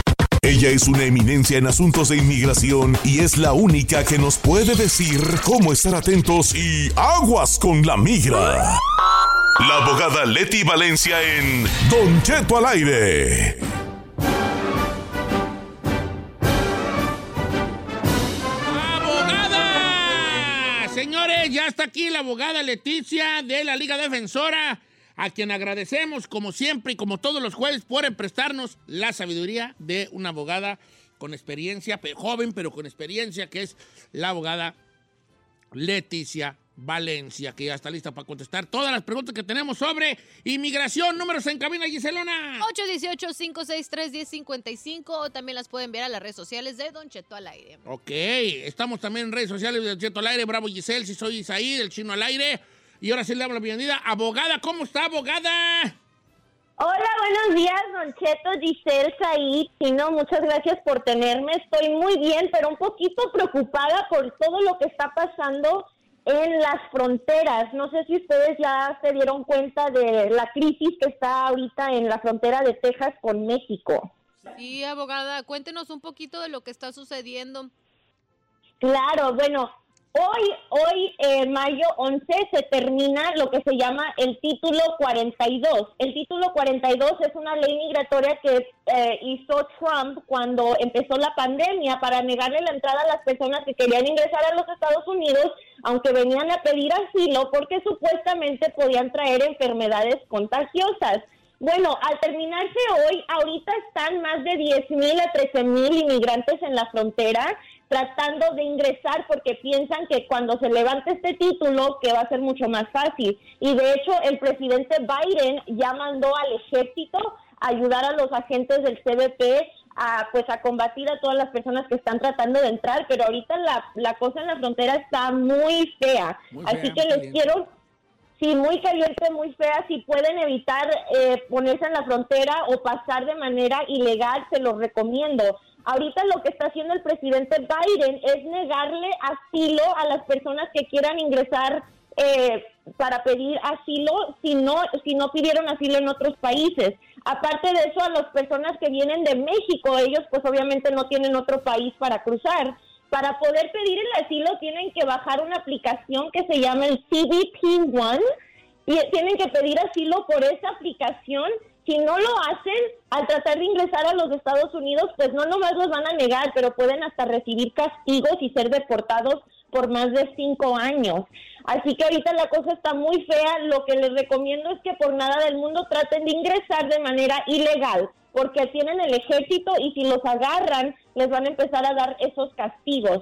[SPEAKER 12] Ella es una eminencia en asuntos de inmigración y es la única que nos puede decir cómo estar atentos y aguas con la migra. La abogada Leti Valencia en Don Cheto al aire.
[SPEAKER 2] Ah, Señores, ya está aquí la abogada Leticia de la Liga Defensora, a quien agradecemos como siempre y como todos los jueves por prestarnos la sabiduría de una abogada con experiencia, pe- joven pero con experiencia, que es la abogada Leticia Valencia, que ya está lista para contestar todas las preguntas que tenemos sobre inmigración. Números en cabina, Giselona.
[SPEAKER 3] 818-563-1055 o también las pueden ver a las redes sociales de Don Cheto al aire.
[SPEAKER 2] Ok, estamos también en redes sociales de Don Cheto al aire, Bravo Giselle, si soy Isaí, del Chino al aire. Y ahora sí le damos la bienvenida. Abogada, ¿cómo está, abogada?
[SPEAKER 13] Hola, buenos días, Don Cheto, Giselle, Said, Chino, muchas gracias por tenerme. Estoy muy bien, pero un poquito preocupada por todo lo que está pasando en las fronteras. No sé si ustedes ya se dieron cuenta de la crisis que está ahorita en la frontera de Texas con México.
[SPEAKER 3] Sí, abogada, cuéntenos un poquito de lo que está sucediendo.
[SPEAKER 13] Claro, bueno, hoy, hoy, eh, mayo 11, se termina lo que se llama el título 42. El título 42 es una ley migratoria que eh, hizo Trump cuando empezó la pandemia para negarle la entrada a las personas que querían ingresar a los Estados Unidos, aunque venían a pedir asilo porque supuestamente podían traer enfermedades contagiosas. Bueno, al terminarse hoy, ahorita están más de 10 mil a 13 mil inmigrantes en la frontera tratando de ingresar porque piensan que cuando se levante este título que va a ser mucho más fácil. Y de hecho, el presidente Biden ya mandó al ejército a ayudar a los agentes del CBP a pues a combatir a todas las personas que están tratando de entrar, pero ahorita la, la cosa en la frontera está muy fea.
[SPEAKER 14] Muy fea,
[SPEAKER 13] Así
[SPEAKER 14] muy
[SPEAKER 13] que les
[SPEAKER 14] caliente.
[SPEAKER 13] quiero Sí, muy caliente, muy fea. Si pueden evitar eh, ponerse en la frontera o pasar de manera ilegal, se los recomiendo. Ahorita lo que está haciendo el presidente Biden es negarle asilo a las personas que quieran ingresar eh, para pedir asilo si no, si no pidieron asilo en otros países. Aparte de eso, a las personas que vienen de México, ellos pues obviamente no tienen otro país para cruzar para poder pedir el asilo tienen que bajar una aplicación que se llama el CBP One y tienen que pedir asilo por esa aplicación. Si no lo hacen, al tratar de ingresar a los Estados Unidos, pues no nomás los van a negar, pero pueden hasta recibir castigos y ser deportados por más de cinco años. Así que ahorita la cosa está muy fea. Lo que les recomiendo es que por nada del mundo traten de ingresar de manera ilegal. porque tienen el ejército y si los agarran les van a empezar a dar esos castigos.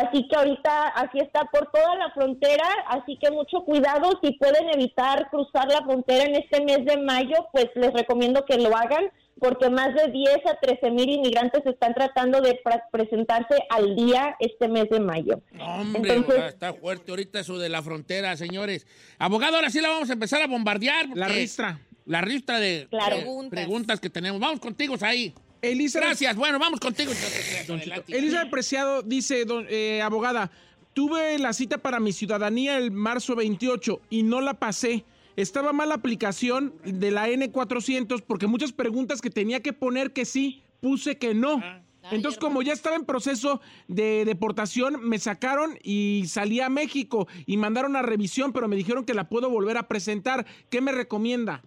[SPEAKER 13] Así que ahorita así está por toda la frontera, así que mucho cuidado si pueden evitar cruzar la frontera en este mes de mayo, pues les recomiendo que lo hagan porque más de 10 a 13 mil inmigrantes están tratando de pra- presentarse al día este mes de mayo.
[SPEAKER 2] Hombre, abogada, está fuerte ahorita eso de la frontera, señores. Abogado, ahora sí la vamos a empezar a bombardear. porque-
[SPEAKER 4] La ristra.
[SPEAKER 2] La ristra de
[SPEAKER 4] Claro.
[SPEAKER 2] de
[SPEAKER 4] Preguntas.
[SPEAKER 2] preguntas. que tenemos. Vamos contigo, ahí. Gracias, bueno, vamos contigo. Adelante.
[SPEAKER 4] Elisa Preciado dice, don- eh, abogada, tuve la cita para mi ciudadanía el marzo 28 y no la pasé. Estaba mal la aplicación de la N400 porque muchas preguntas que tenía que poner que sí, puse que no. Entonces, como ya estaba en proceso de deportación, me sacaron y salí a México y mandaron a revisión, pero me dijeron que la puedo volver a presentar. ¿Qué me recomienda?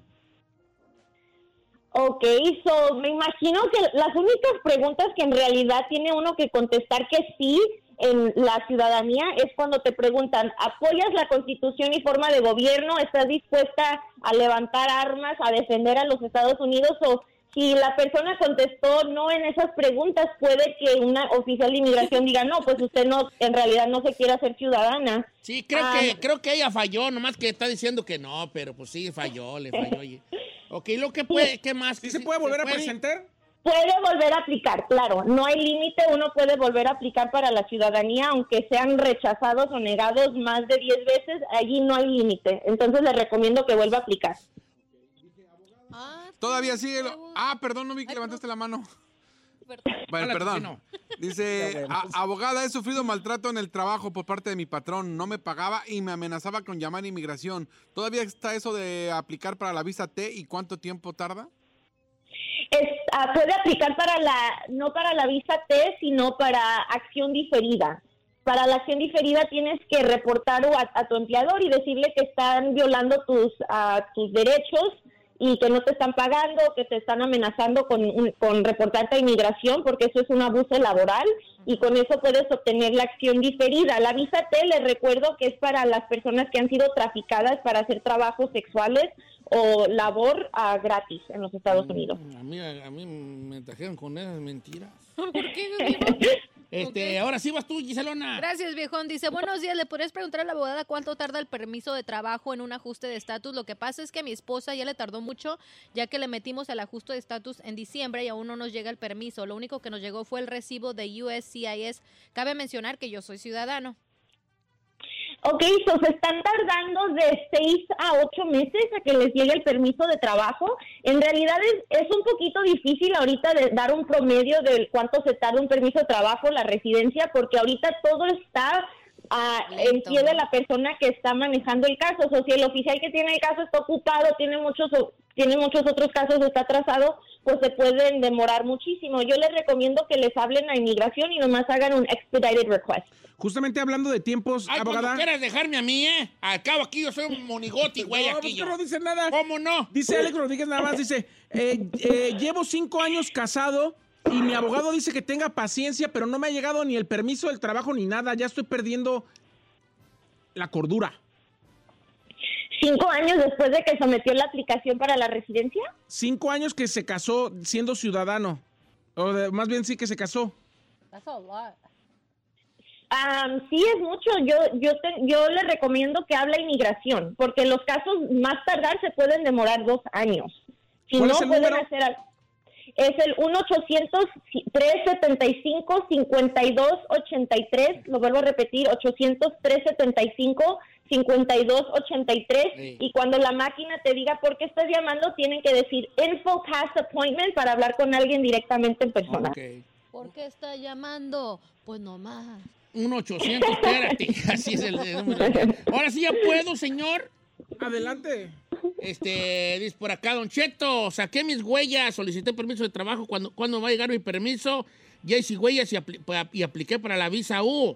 [SPEAKER 13] Ok, so me imagino que las únicas preguntas que en realidad tiene uno que contestar que sí en la ciudadanía es cuando te preguntan, ¿apoyas la constitución y forma de gobierno? ¿Estás dispuesta a levantar armas, a defender a los Estados Unidos? O si la persona contestó no en esas preguntas, puede que una oficial de inmigración diga, no, pues usted no, en realidad no se quiere hacer ciudadana.
[SPEAKER 2] Sí, creo,
[SPEAKER 13] Ah,
[SPEAKER 2] que, creo que ella falló, nomás que está diciendo que no, pero pues sí, falló, le falló. oye. Ok, lo que puede, ¿qué más? ¿Sí se puede
[SPEAKER 4] volver a presentar?
[SPEAKER 13] Puede volver a aplicar, claro, no hay límite, uno puede volver a aplicar para la ciudadanía, aunque sean rechazados o negados más de 10 veces, allí no hay límite. Entonces le recomiendo que vuelva a aplicar.
[SPEAKER 5] Todavía sigue. lo- Ah, perdón, no vi que levantaste la mano. Bueno,
[SPEAKER 2] Hola,
[SPEAKER 5] perdón.
[SPEAKER 2] cochino.
[SPEAKER 5] Dice, "A- abogada, he sufrido maltrato en el trabajo por parte de mi patrón. No me pagaba y me amenazaba con llamar a inmigración. ¿Todavía está eso de aplicar para la visa T y cuánto tiempo tarda?
[SPEAKER 13] Es- ah, puede aplicar para la, no para la visa T, sino para acción diferida. Para la acción diferida tienes que reportar a, a tu empleador y decirle que están violando tus, ah, tus derechos y que no te están pagando, que te están amenazando con, un- con reportarte a inmigración porque eso es un abuso laboral y con eso puedes obtener la acción diferida. La visa T, les recuerdo que es para las personas que han sido traficadas para hacer trabajos sexuales o labor ah, gratis en los Estados Unidos.
[SPEAKER 2] A mí, a mí me trajeron con esas mentiras.
[SPEAKER 3] ¿Por qué?
[SPEAKER 2] Este, ahora sí vas tú, Giselona.
[SPEAKER 3] Gracias, viejón. Dice, buenos días, ¿le podrías preguntar a la abogada cuánto tarda el permiso de trabajo en un ajuste de estatus? Lo que pasa es que a mi esposa ya le tardó mucho, ya que le metimos el ajuste de estatus en diciembre y aún no nos llega el permiso. Lo único que nos llegó fue el recibo de USCIS. Cabe mencionar que yo soy ciudadano.
[SPEAKER 13] Ok, so se están tardando de seis a ocho meses a que les llegue el permiso de trabajo. En realidad es, es un poquito difícil ahorita de dar un promedio de cuánto se tarda un permiso de trabajo, la residencia, porque ahorita todo está ah, en pie de la persona que está manejando el caso. O sea, si el oficial que tiene el caso está ocupado, tiene muchos o- tiene muchos otros casos, está atrasado, pues se pueden demorar muchísimo. Yo les recomiendo que les hablen a inmigración y nomás hagan un expedited request.
[SPEAKER 4] Justamente hablando de tiempos,
[SPEAKER 2] Ay, cuando
[SPEAKER 4] abogada.
[SPEAKER 2] quieras dejarme a mí, ¿eh? Al cabo aquí yo soy un monigoti, güey,
[SPEAKER 4] No,
[SPEAKER 2] aquí
[SPEAKER 4] pues,
[SPEAKER 2] yo.
[SPEAKER 4] no dice nada.
[SPEAKER 2] ¿Cómo no?
[SPEAKER 4] Dice Alex Rodríguez nada más, dice, eh, eh, llevo cinco años casado y mi abogado dice que tenga paciencia, pero no me ha llegado ni el permiso del trabajo ni nada, ya estoy perdiendo la cordura.
[SPEAKER 13] ¿Cinco años después de que sometió la aplicación para la residencia?
[SPEAKER 4] Cinco años que se casó siendo ciudadano, o de- más bien sí que se casó.
[SPEAKER 13] Am, sí, es mucho. Yo, yo, te- yo le recomiendo que hable a inmigración, porque los casos más tardar se pueden demorar dos años. Si
[SPEAKER 4] ¿Cuál
[SPEAKER 13] no,
[SPEAKER 4] es el
[SPEAKER 13] pueden
[SPEAKER 4] número?
[SPEAKER 13] hacer al- Es el 1-800-375-5283. Lo vuelvo a repetir: 800-375-5283.
[SPEAKER 14] Sí.
[SPEAKER 13] Y cuando la máquina te diga por qué estás llamando, tienen que decir InfoCast Appointment para hablar con alguien directamente en persona.
[SPEAKER 3] ¿Por qué está llamando? Pues nomás.
[SPEAKER 2] Un 800, espérate. Así es el, el número. Ahora sí ya puedo, señor.
[SPEAKER 4] Adelante.
[SPEAKER 2] Este, dice por acá, Don Cheto, saqué mis huellas, solicité permiso de trabajo. cuando cuando va a llegar mi permiso? Ya hice huellas y, apli- pa- y apliqué para la visa U.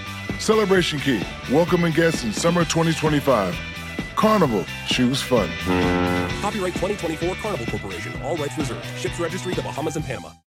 [SPEAKER 11] Celebration Key, welcoming guests in summer 2025. Carnival, choose fun.
[SPEAKER 15] Copyright 2024 Carnival Corporation. All rights reserved. Ships registry the Bahamas and Panama.